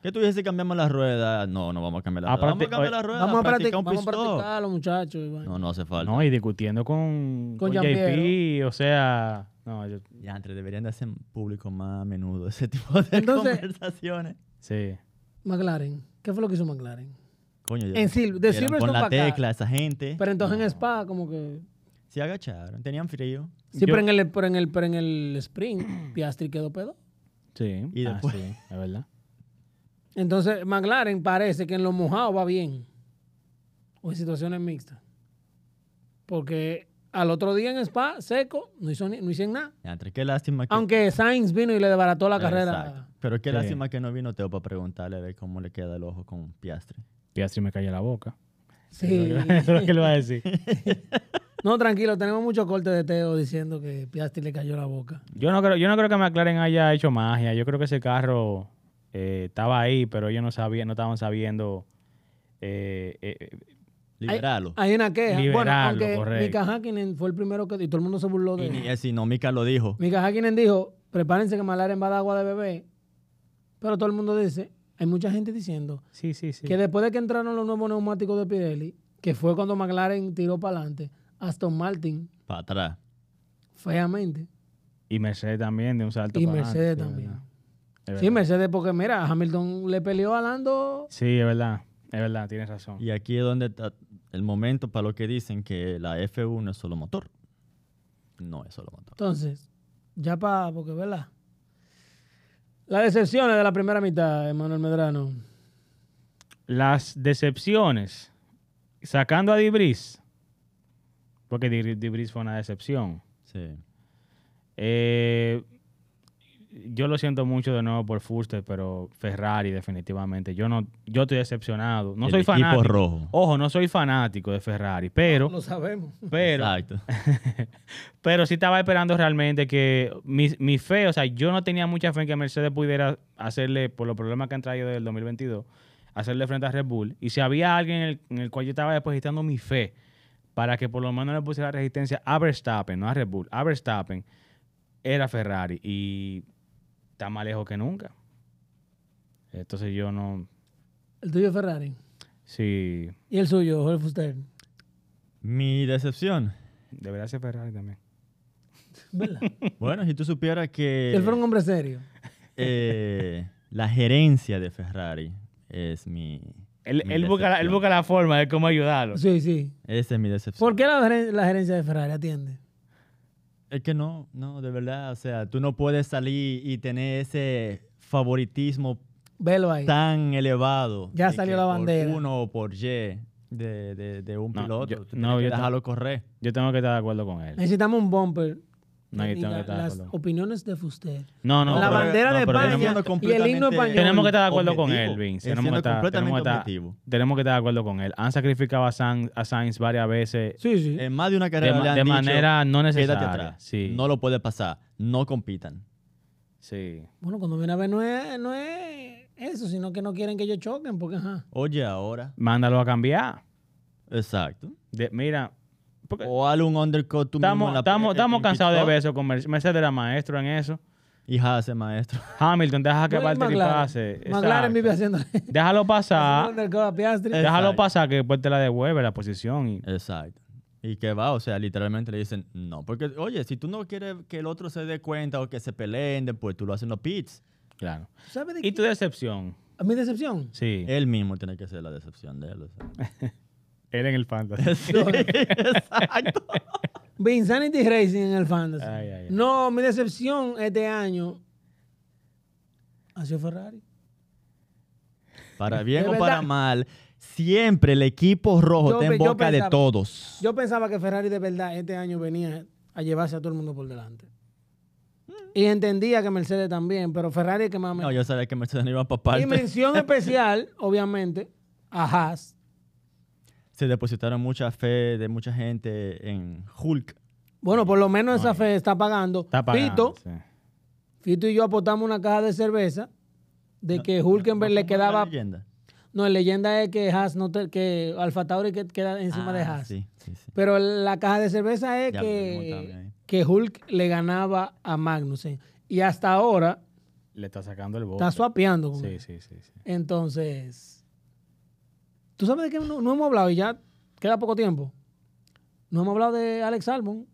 [SPEAKER 2] ¿qué tú dices si cambiamos las ruedas? No, no vamos a cambiar
[SPEAKER 3] Ah,
[SPEAKER 2] las ruedas. Vamos a
[SPEAKER 3] practi-
[SPEAKER 2] cambiar
[SPEAKER 3] oye,
[SPEAKER 2] las ruedas.
[SPEAKER 1] Vamos a,
[SPEAKER 2] practicar
[SPEAKER 1] practicar,
[SPEAKER 2] un
[SPEAKER 1] vamos a
[SPEAKER 2] pit stop.
[SPEAKER 1] practicar los muchachos. y vaina.
[SPEAKER 2] No, no hace falta.
[SPEAKER 3] No, y discutiendo con,
[SPEAKER 1] Con
[SPEAKER 3] con JP.
[SPEAKER 1] Jean-Pierre.
[SPEAKER 3] O sea, no, yo-
[SPEAKER 2] Ya, entre deberían de hacer público más a menudo ese *laughs* tipo de
[SPEAKER 1] Entonces-
[SPEAKER 2] conversaciones.
[SPEAKER 3] sí.
[SPEAKER 1] McLaren. ¿Qué fue lo que hizo McLaren?
[SPEAKER 2] ¿Eh? Coño, ya
[SPEAKER 1] En Sil- de
[SPEAKER 2] eran con
[SPEAKER 1] Silverstone
[SPEAKER 2] la
[SPEAKER 1] para acá.
[SPEAKER 2] tecla esa gente.
[SPEAKER 1] Pero entonces en Spa, como que.
[SPEAKER 2] Se agacharon, tenían frío.
[SPEAKER 1] Sí,
[SPEAKER 3] Yo-
[SPEAKER 1] pero, en el, pero, en el, pero en el sprint, *clears throat* Piastri quedó pedo.
[SPEAKER 3] Sí.
[SPEAKER 2] Y
[SPEAKER 3] ah,
[SPEAKER 2] después-
[SPEAKER 3] sí, es verdad.
[SPEAKER 1] Entonces, McLaren parece que en lo mojado va bien. O en situaciones mixtas. Porque al otro día en Spa, seco, no, hizo ni- no hicieron nada.
[SPEAKER 2] Ya, entre qué lástima que...
[SPEAKER 1] Aunque Sainz vino y le desbarató la
[SPEAKER 2] Exacto.
[SPEAKER 1] carrera.
[SPEAKER 2] Pero qué
[SPEAKER 3] Sí.
[SPEAKER 2] lástima que no vino Teo para preguntarle a ver cómo le queda el ojo con Piastre.
[SPEAKER 3] Piastri me calla la boca. *laughs*
[SPEAKER 1] Sí.
[SPEAKER 3] Eso es lo que él va a decir.
[SPEAKER 1] No, tranquilo, tenemos muchos cortes de Teo diciendo que Piastri le cayó la boca.
[SPEAKER 3] Yo no creo, yo no creo que McLaren haya hecho magia. Yo creo que ese carro eh, estaba ahí, pero ellos no sabían, no estaban sabiendo. eh, eh, eh,
[SPEAKER 2] Liberalo.
[SPEAKER 1] Hay una queja. bueno,
[SPEAKER 3] Liberarlo,
[SPEAKER 1] aunque
[SPEAKER 3] correcto.
[SPEAKER 1] Mika Hakkinen fue el primero que... Y todo el mundo se burló de
[SPEAKER 2] Y ni
[SPEAKER 1] él.
[SPEAKER 2] así, no, Mika lo dijo.
[SPEAKER 1] Mika Hakkinen dijo, prepárense que Malaren va a dar agua de bebé. Pero todo el mundo dice, hay mucha gente diciendo
[SPEAKER 3] sí, sí, sí.
[SPEAKER 1] que después de que entraron los nuevos neumáticos de Pirelli, que fue cuando McLaren tiró para adelante, Aston Martin,
[SPEAKER 2] Para atrás.
[SPEAKER 1] feamente,
[SPEAKER 3] Y Mercedes también, de un salto.
[SPEAKER 1] y
[SPEAKER 3] para adelante,
[SPEAKER 1] Mercedes
[SPEAKER 3] sí, es
[SPEAKER 1] también.
[SPEAKER 3] verdad. Es
[SPEAKER 1] Sí,
[SPEAKER 3] verdad.
[SPEAKER 1] Mercedes, porque mira, Hamilton le peleó a Lando.
[SPEAKER 3] Sí, es verdad. Es verdad, tienes razón.
[SPEAKER 2] Y aquí es donde está el momento para lo que dicen que la F1 no es solo motor. No es solo motor.
[SPEAKER 1] Entonces, ya para, porque, ¿verdad? Las decepciones de la primera mitad, Emanuel Medrano.
[SPEAKER 3] Las decepciones. Sacando a Dibris. Porque Di- Dibris fue una decepción.
[SPEAKER 2] Sí.
[SPEAKER 3] Eh, yo lo siento mucho de nuevo por Fuster, pero Ferrari definitivamente. Yo no, yo estoy decepcionado. No
[SPEAKER 2] El
[SPEAKER 3] soy
[SPEAKER 2] equipo
[SPEAKER 3] fanático.
[SPEAKER 2] rojo.
[SPEAKER 3] Ojo, no soy fanático de Ferrari, pero,
[SPEAKER 1] Lo sabemos.
[SPEAKER 3] pero,
[SPEAKER 2] Exacto.
[SPEAKER 3] pero sí estaba esperando realmente que mi, mi fe, o sea, yo no tenía mucha fe en que Mercedes pudiera hacerle, por los problemas que han traído del 2022, hacerle frente a Red Bull. Y si había alguien en el, en el cual yo estaba depositando mi fe para que por lo menos le pusiera resistencia a Verstappen, no a Red Bull, a Verstappen, era Ferrari. Y está más lejos que nunca. Entonces yo no...
[SPEAKER 1] El tuyo es Ferrari.
[SPEAKER 3] Sí,
[SPEAKER 1] Y el suyo, Jorge Fuster.
[SPEAKER 2] Mi decepción.
[SPEAKER 3] debería ser Ferrari también.
[SPEAKER 1] ¿Verdad?
[SPEAKER 2] Bueno, si tú supieras que
[SPEAKER 1] Él fue un hombre serio.
[SPEAKER 2] eh, la gerencia de Ferrari es mi.
[SPEAKER 3] Él,
[SPEAKER 2] mi
[SPEAKER 3] él busca la, él
[SPEAKER 2] decepción.
[SPEAKER 3] busca la forma de cómo ayudarlo.
[SPEAKER 1] Sí, sí.
[SPEAKER 2] Esa es mi decepción.
[SPEAKER 1] ¿Por qué la, geren- la gerencia de Ferrari atiende?
[SPEAKER 2] Es que no, no, de verdad. O sea, tú no puedes salir y tener ese favoritismo
[SPEAKER 1] Velo ahí.
[SPEAKER 2] tan elevado.
[SPEAKER 1] Ya
[SPEAKER 2] de
[SPEAKER 1] salió
[SPEAKER 2] que
[SPEAKER 1] la
[SPEAKER 2] por
[SPEAKER 1] bandera.
[SPEAKER 2] uno o por Y de, de- de un
[SPEAKER 3] No,
[SPEAKER 2] piloto.
[SPEAKER 3] yo-
[SPEAKER 2] tú tienes
[SPEAKER 3] no,
[SPEAKER 2] que
[SPEAKER 3] yo ta-
[SPEAKER 2] dejarlo correr.
[SPEAKER 3] Yo tengo que estar de acuerdo con él.
[SPEAKER 1] Necesitamos un bumper.
[SPEAKER 3] No, yo
[SPEAKER 1] que
[SPEAKER 3] tengo que
[SPEAKER 1] diga
[SPEAKER 3] estar de
[SPEAKER 1] las
[SPEAKER 3] acuerdo.
[SPEAKER 1] opiniones de Fuster.
[SPEAKER 3] No, no,
[SPEAKER 1] la
[SPEAKER 3] pero-
[SPEAKER 1] bandera de
[SPEAKER 2] pero
[SPEAKER 1] España
[SPEAKER 2] estamos
[SPEAKER 1] y
[SPEAKER 2] siendo
[SPEAKER 1] el
[SPEAKER 2] completamente
[SPEAKER 1] himno español.
[SPEAKER 3] tenemos que estar de acuerdo con
[SPEAKER 2] objetivo.
[SPEAKER 3] él, Vince.
[SPEAKER 2] Es
[SPEAKER 3] Tenemos que
[SPEAKER 2] siendo
[SPEAKER 3] estar, tenemos
[SPEAKER 2] completamente
[SPEAKER 3] que estar-
[SPEAKER 2] objetivo.
[SPEAKER 3] tenemos que estar de acuerdo con él. Han sacrificado a, San- a Sainz varias veces
[SPEAKER 1] Sí, sí.
[SPEAKER 2] En más de una
[SPEAKER 3] de,
[SPEAKER 2] carrera
[SPEAKER 3] ma-
[SPEAKER 2] le han
[SPEAKER 3] de
[SPEAKER 2] dicho,
[SPEAKER 3] manera no
[SPEAKER 2] quédate
[SPEAKER 3] necesaria.
[SPEAKER 2] atrás.
[SPEAKER 3] Sí,
[SPEAKER 2] No lo puedes pasar. No compitan.
[SPEAKER 3] sí.
[SPEAKER 1] Bueno, cuando viene a ver, no es, no es eso, sino que no quieren que ellos choquen, porque ajá.
[SPEAKER 2] Oye, ahora.
[SPEAKER 3] Mándalo a cambiar.
[SPEAKER 2] Exacto.
[SPEAKER 3] De- mira, porque
[SPEAKER 2] O hale un undercut tú mismo Oh, en
[SPEAKER 3] estamos,
[SPEAKER 2] la-
[SPEAKER 3] estamos,
[SPEAKER 2] en-
[SPEAKER 3] estamos
[SPEAKER 2] en
[SPEAKER 3] cansados de
[SPEAKER 2] pit
[SPEAKER 3] ver
[SPEAKER 2] stop.
[SPEAKER 3] eso con Mercedes. Mercedes era maestro en eso.
[SPEAKER 2] Hija ese maestro. *laughs*
[SPEAKER 3] Hamilton, deja que
[SPEAKER 1] Bueno, y
[SPEAKER 3] Valtteri
[SPEAKER 1] Pues, McLaren.
[SPEAKER 3] pase.
[SPEAKER 1] McLaren
[SPEAKER 3] Exacto.
[SPEAKER 1] vive haciendo.
[SPEAKER 3] Déjalo
[SPEAKER 1] *laughs*
[SPEAKER 3] pasar.
[SPEAKER 1] haciendo undercut a Piastri.
[SPEAKER 2] Eh,
[SPEAKER 3] Déjalo
[SPEAKER 2] Exacto.
[SPEAKER 3] pasar que después te la devuelve la posición. y-
[SPEAKER 2] Exacto. Y que va, o sea, literalmente le dicen no. Porque, oye, si tú no quieres que el otro se dé cuenta o que se peleen, pues tú lo haces en los pits.
[SPEAKER 3] Claro.
[SPEAKER 1] ¿Sabes de
[SPEAKER 3] ¿Y
[SPEAKER 1] qué?
[SPEAKER 3] tu decepción?
[SPEAKER 1] A mi decepción.
[SPEAKER 3] Sí.
[SPEAKER 2] Eh.
[SPEAKER 3] *laughs*
[SPEAKER 2] Él mismo tiene que ser la decepción de él. o sea.
[SPEAKER 4] Él en el
[SPEAKER 2] *laughs*
[SPEAKER 4] fantasy.
[SPEAKER 3] *laughs*
[SPEAKER 2] Exacto.
[SPEAKER 1] Vinsanity Racing en el fantasy.
[SPEAKER 3] Ay, ay, ay.
[SPEAKER 1] No, mi decepción este año ha sido Ferrari.
[SPEAKER 2] Para bien
[SPEAKER 1] De
[SPEAKER 2] o
[SPEAKER 1] verdad.
[SPEAKER 2] para mal, siempre el equipo rojo
[SPEAKER 1] Yo
[SPEAKER 2] está en
[SPEAKER 1] pe- yo
[SPEAKER 2] boca de
[SPEAKER 1] pensaba-
[SPEAKER 2] todos.
[SPEAKER 1] Yo pensaba que Ferrari de verdad este año venía a llevarse a todo el mundo por delante. Y entendía que Mercedes también, pero Ferrari es que más me...
[SPEAKER 2] No, yo sabía que Mercedes no iba a papar.
[SPEAKER 1] y mención especial, obviamente, a Haas.
[SPEAKER 2] *laughs* Se depositaron mucha fe de mucha gente en Hulk.
[SPEAKER 1] Bueno, por lo menos esa fe está pagando.
[SPEAKER 4] Está pagando,
[SPEAKER 1] Fito,
[SPEAKER 4] sí.
[SPEAKER 1] Fito y yo apostamos una caja de cerveza de que Hulkenberg
[SPEAKER 2] ¿No
[SPEAKER 1] le
[SPEAKER 2] fue
[SPEAKER 1] quedaba...
[SPEAKER 2] una leyenda?
[SPEAKER 1] No, la leyenda es que Haas no te- que Alfa Tauri que- queda encima de
[SPEAKER 2] Ah,
[SPEAKER 1] Haas.
[SPEAKER 2] Sí, sí, sí.
[SPEAKER 1] Pero la caja de cerveza es
[SPEAKER 2] Ya, lo mismo
[SPEAKER 1] que,
[SPEAKER 2] también.
[SPEAKER 1] que Hulk le ganaba a Magnussen. Y hasta ahora
[SPEAKER 3] Le está sacando el voto.
[SPEAKER 1] está suapeando. con
[SPEAKER 3] Sí,
[SPEAKER 1] él.
[SPEAKER 3] sí, sí. sí.
[SPEAKER 1] Entonces, ¿tú sabes de qué no, no hemos hablado y ya queda poco tiempo? No hemos hablado de Alex Albon.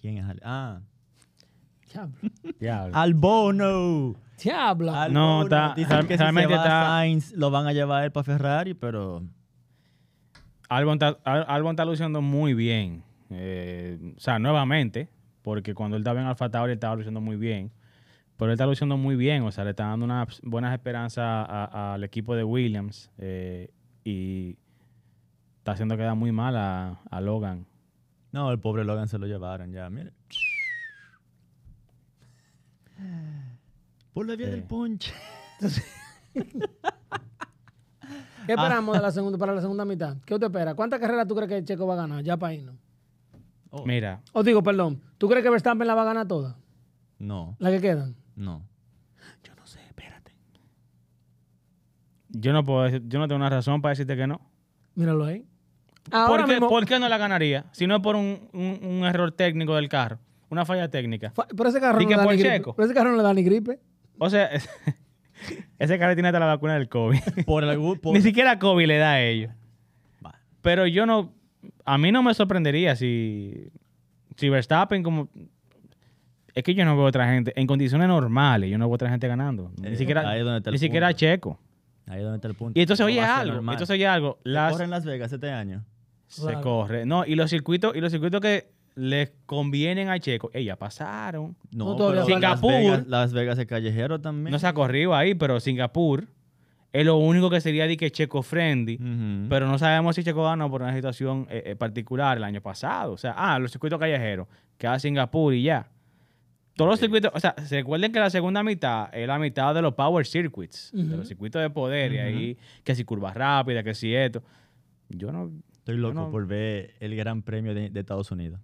[SPEAKER 2] ¿Quién es Al- Ah,
[SPEAKER 1] Diablo.
[SPEAKER 3] Diablo.
[SPEAKER 2] Albono.
[SPEAKER 1] Diablo.
[SPEAKER 2] Albono.
[SPEAKER 4] No, está-
[SPEAKER 2] Dicen
[SPEAKER 4] real-
[SPEAKER 2] que si
[SPEAKER 4] realmente
[SPEAKER 2] se va
[SPEAKER 4] está-
[SPEAKER 2] Sainz lo van a llevar él para Ferrari, pero
[SPEAKER 3] Albon está, Al- Albon está luciendo muy bien. Eh, o sea, nuevamente, porque cuando él estaba en Alfa Tauri, él estaba luciendo muy bien. Pero él está luciendo muy bien, o sea, le está dando unas buenas esperanzas a- al equipo de Williams eh, y está haciendo quedar muy mal a, a Logan.
[SPEAKER 2] no, el pobre Logan se lo llevaron ya, mire. Por la vía
[SPEAKER 3] Sí.
[SPEAKER 1] Eh.
[SPEAKER 2] del ponche.
[SPEAKER 1] ¿Qué esperamos de la segunda, para la segunda mitad? ¿Qué te espera? ¿Cuántas carreras tú crees que Checo va a ganar? Ya para irnos.
[SPEAKER 2] Oh,
[SPEAKER 3] Mira,
[SPEAKER 1] Os digo, perdón. ¿Tú crees que Verstappen la va a ganar toda?
[SPEAKER 2] No,
[SPEAKER 1] ¿La que quedan?
[SPEAKER 2] no.
[SPEAKER 1] Yo no sé, espérate.
[SPEAKER 3] yo no puedo decir- yo no tengo una razón para decirte que no.
[SPEAKER 1] Míralo ahí.
[SPEAKER 3] ¿Por
[SPEAKER 1] Ahora
[SPEAKER 3] qué,
[SPEAKER 1] mismo-
[SPEAKER 3] por qué no la ganaría? Si no es por un, un- un error técnico del carro, una falla técnica.
[SPEAKER 1] Fa- Pero ese carro,
[SPEAKER 3] Y
[SPEAKER 1] no
[SPEAKER 3] que
[SPEAKER 1] le da
[SPEAKER 3] por
[SPEAKER 1] ni gripe.
[SPEAKER 3] Checo.
[SPEAKER 1] Pero ese carro no le da ni gripe.
[SPEAKER 3] O sea, es- *laughs* ese carro tiene hasta la vacuna del COVID. *laughs*
[SPEAKER 2] Por algún por-
[SPEAKER 3] Ni siquiera COVID le da a ellos.
[SPEAKER 2] Bah,
[SPEAKER 3] Pero yo no. A mí no me sorprendería si. Si Verstappen, como. Es que yo no veo otra gente. En condiciones normales, yo no veo otra gente ganando. Ni
[SPEAKER 2] Eh,
[SPEAKER 3] siquiera.
[SPEAKER 2] ahí es donde está el
[SPEAKER 3] Ni siquiera
[SPEAKER 2] punto.
[SPEAKER 3] Checo.
[SPEAKER 2] Ahí es donde está el punto.
[SPEAKER 3] Y entonces
[SPEAKER 2] No
[SPEAKER 3] oye
[SPEAKER 2] va a ser
[SPEAKER 3] algo.
[SPEAKER 2] normal.
[SPEAKER 3] Entonces oye algo.
[SPEAKER 2] Se
[SPEAKER 3] Las,
[SPEAKER 2] corre en Las Vegas este año.
[SPEAKER 3] se
[SPEAKER 1] Claro.
[SPEAKER 3] corre. No, y los circuitos, y los circuitos que les convienen a Checo. Ella pasaron.
[SPEAKER 2] No,
[SPEAKER 1] No, todavía
[SPEAKER 2] pero
[SPEAKER 1] falta.
[SPEAKER 2] Las
[SPEAKER 3] Singapur.
[SPEAKER 2] Vegas, Las Vegas es callejero también.
[SPEAKER 3] No se ha corrido ahí, pero Singapur es lo único que sería de que Checo friendly.
[SPEAKER 2] Ujú.
[SPEAKER 3] Pero no sabemos si Checo ganó por una situación eh, eh, particular el año pasado. O sea, ah, los circuitos callejeros, que a Singapur y ya. Todos los circuitos, o sea, se recuerden que la segunda mitad es la mitad de los power circuits, de
[SPEAKER 1] Ujú.
[SPEAKER 3] los circuitos de poder, y ahí que si curvas rápidas, que si esto. Yo no.
[SPEAKER 2] Estoy loco
[SPEAKER 3] no-
[SPEAKER 2] por ver el Gran Premio de, de Estados Unidos.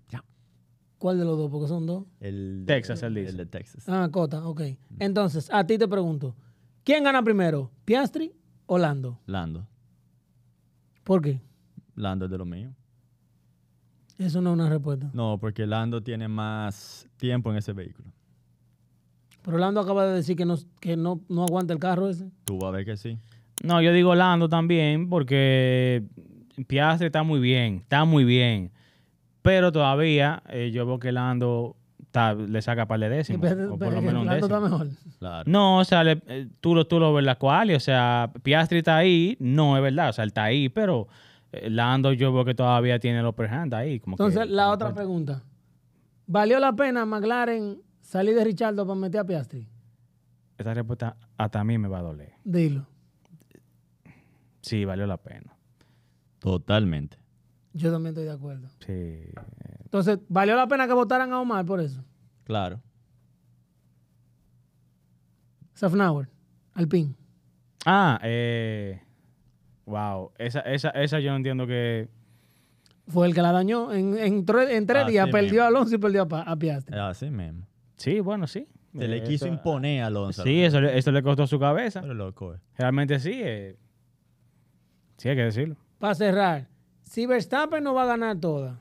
[SPEAKER 1] ¿Cuál de los dos? Porque son dos.
[SPEAKER 2] El
[SPEAKER 3] Texas, él dice.
[SPEAKER 2] de Texas.
[SPEAKER 1] Ah, Cota, ok. Entonces, a ti te pregunto. ¿Quién gana primero? ¿Piastri o Lando?
[SPEAKER 2] Lando.
[SPEAKER 1] ¿Por qué?
[SPEAKER 2] Lando es de lo mío.
[SPEAKER 1] Eso no es una respuesta.
[SPEAKER 2] No, porque Lando tiene más tiempo en ese vehículo.
[SPEAKER 1] Pero Lando acaba de decir que no, que no, no aguanta el carro ese.
[SPEAKER 2] Tú vas a ver que sí.
[SPEAKER 3] No, yo digo Lando también, porque Piastre está muy bien, está muy bien. Pero todavía eh, yo veo que Lando está- le saca par de
[SPEAKER 1] Y
[SPEAKER 3] décimos.
[SPEAKER 1] espérate,
[SPEAKER 3] o por lo
[SPEAKER 1] espérate,
[SPEAKER 3] menos un
[SPEAKER 1] Lando
[SPEAKER 3] décimo.
[SPEAKER 1] está mejor.
[SPEAKER 2] Claro.
[SPEAKER 3] No, o sea, le- eh, tú, lo, tú lo ves la cual, y, o sea, Piastri está ahí, no es verdad, o sea, él está ahí, pero eh, Lando yo veo que todavía tiene el upper hand ahí. Como que-
[SPEAKER 1] Entonces, la
[SPEAKER 3] como
[SPEAKER 1] otra
[SPEAKER 3] que-
[SPEAKER 1] pregunta. ¿Valió la pena McLaren salir de Richardo para meter a Piastri?
[SPEAKER 3] Esa respuesta hasta a mí me va a doler.
[SPEAKER 1] Dilo.
[SPEAKER 3] Sí, valió la pena.
[SPEAKER 2] Totalmente.
[SPEAKER 1] Yo también estoy de acuerdo.
[SPEAKER 3] Sí.
[SPEAKER 1] Entonces, ¿valió la pena que votaran a Omar por eso?
[SPEAKER 2] Claro.
[SPEAKER 1] Safnauer, Alpín.
[SPEAKER 3] Ah, eh, wow, esa, esa, esa yo no entiendo que...
[SPEAKER 1] Fue el que la dañó. En, en tre- en tres
[SPEAKER 2] Así
[SPEAKER 1] días perdió
[SPEAKER 2] mismo. Eh.
[SPEAKER 1] a Alonso y perdió a, Pa- a Piastri.
[SPEAKER 2] Así mismo.
[SPEAKER 3] Sí, bueno, sí.
[SPEAKER 2] Se
[SPEAKER 3] Eh,
[SPEAKER 2] le quiso
[SPEAKER 3] eso-
[SPEAKER 2] imponer a Alonso.
[SPEAKER 3] Sí, eso, le- eso le costó su cabeza.
[SPEAKER 2] Pero loco, eh.
[SPEAKER 3] Realmente sí. eh, sí, hay que decirlo.
[SPEAKER 1] Para cerrar, si Verstappen no va a ganar toda,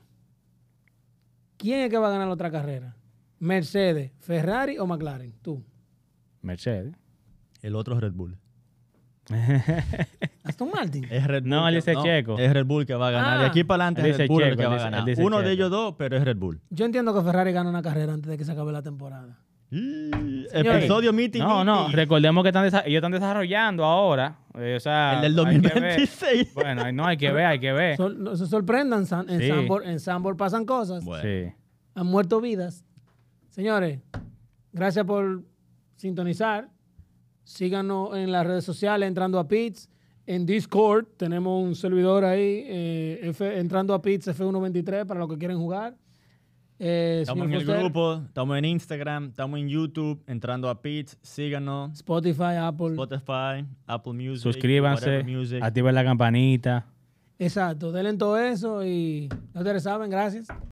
[SPEAKER 1] ¿quién es que va a ganar la otra carrera? ¿Mercedes, Ferrari o McLaren? Tú.
[SPEAKER 3] Mercedes.
[SPEAKER 2] El otro es Red Bull.
[SPEAKER 1] Aston Martin.
[SPEAKER 2] Es Red Bull.
[SPEAKER 3] No, él
[SPEAKER 2] que-
[SPEAKER 3] dice Checo.
[SPEAKER 2] Es Red Bull que va a ganar.
[SPEAKER 1] Ah.
[SPEAKER 2] De aquí para adelante
[SPEAKER 3] Él
[SPEAKER 2] es Red
[SPEAKER 3] dice
[SPEAKER 2] Bull el
[SPEAKER 3] Checo,
[SPEAKER 2] que
[SPEAKER 3] él
[SPEAKER 2] va a
[SPEAKER 3] dice- él
[SPEAKER 2] ganar.
[SPEAKER 3] dice
[SPEAKER 2] Uno de
[SPEAKER 3] Checo.
[SPEAKER 2] ellos dos, pero es Red Bull.
[SPEAKER 1] Yo entiendo que Ferrari gana una carrera antes de que se acabe la temporada.
[SPEAKER 2] Y-
[SPEAKER 1] Señores.
[SPEAKER 2] Episodio meeting.
[SPEAKER 3] No, no,
[SPEAKER 2] meeting.
[SPEAKER 3] recordemos que están desa- ellos están desarrollando ahora. eh, o sea,
[SPEAKER 2] El del
[SPEAKER 3] hay que ver.
[SPEAKER 2] 2026.
[SPEAKER 3] Bueno, no, hay que ver, hay que
[SPEAKER 2] Eh. *laughs*
[SPEAKER 3] ver.
[SPEAKER 1] Sol- no se sorprendan, San- en,
[SPEAKER 3] Sí.
[SPEAKER 1] Sanborn, en Sanborn pasan cosas.
[SPEAKER 2] Bueno.
[SPEAKER 3] Sí.
[SPEAKER 1] Han muerto vidas. Señores, gracias por sintonizar. Síganos en las redes sociales, entrando a Pits. En Discord tenemos un servidor ahí, eh, F- entrando a Pits F123 para los que quieren jugar. Eh,
[SPEAKER 2] Estamos en
[SPEAKER 1] señor
[SPEAKER 2] el
[SPEAKER 1] Foster,
[SPEAKER 2] grupo, estamos en Instagram, estamos en YouTube, entrando a Pits, síganos,
[SPEAKER 1] Spotify, Apple.
[SPEAKER 2] Spotify, Apple Music,
[SPEAKER 3] Suscríbanse,
[SPEAKER 2] whatever music.
[SPEAKER 3] activen la campanita.
[SPEAKER 1] Exacto, denle en todo eso y no te saben, gracias.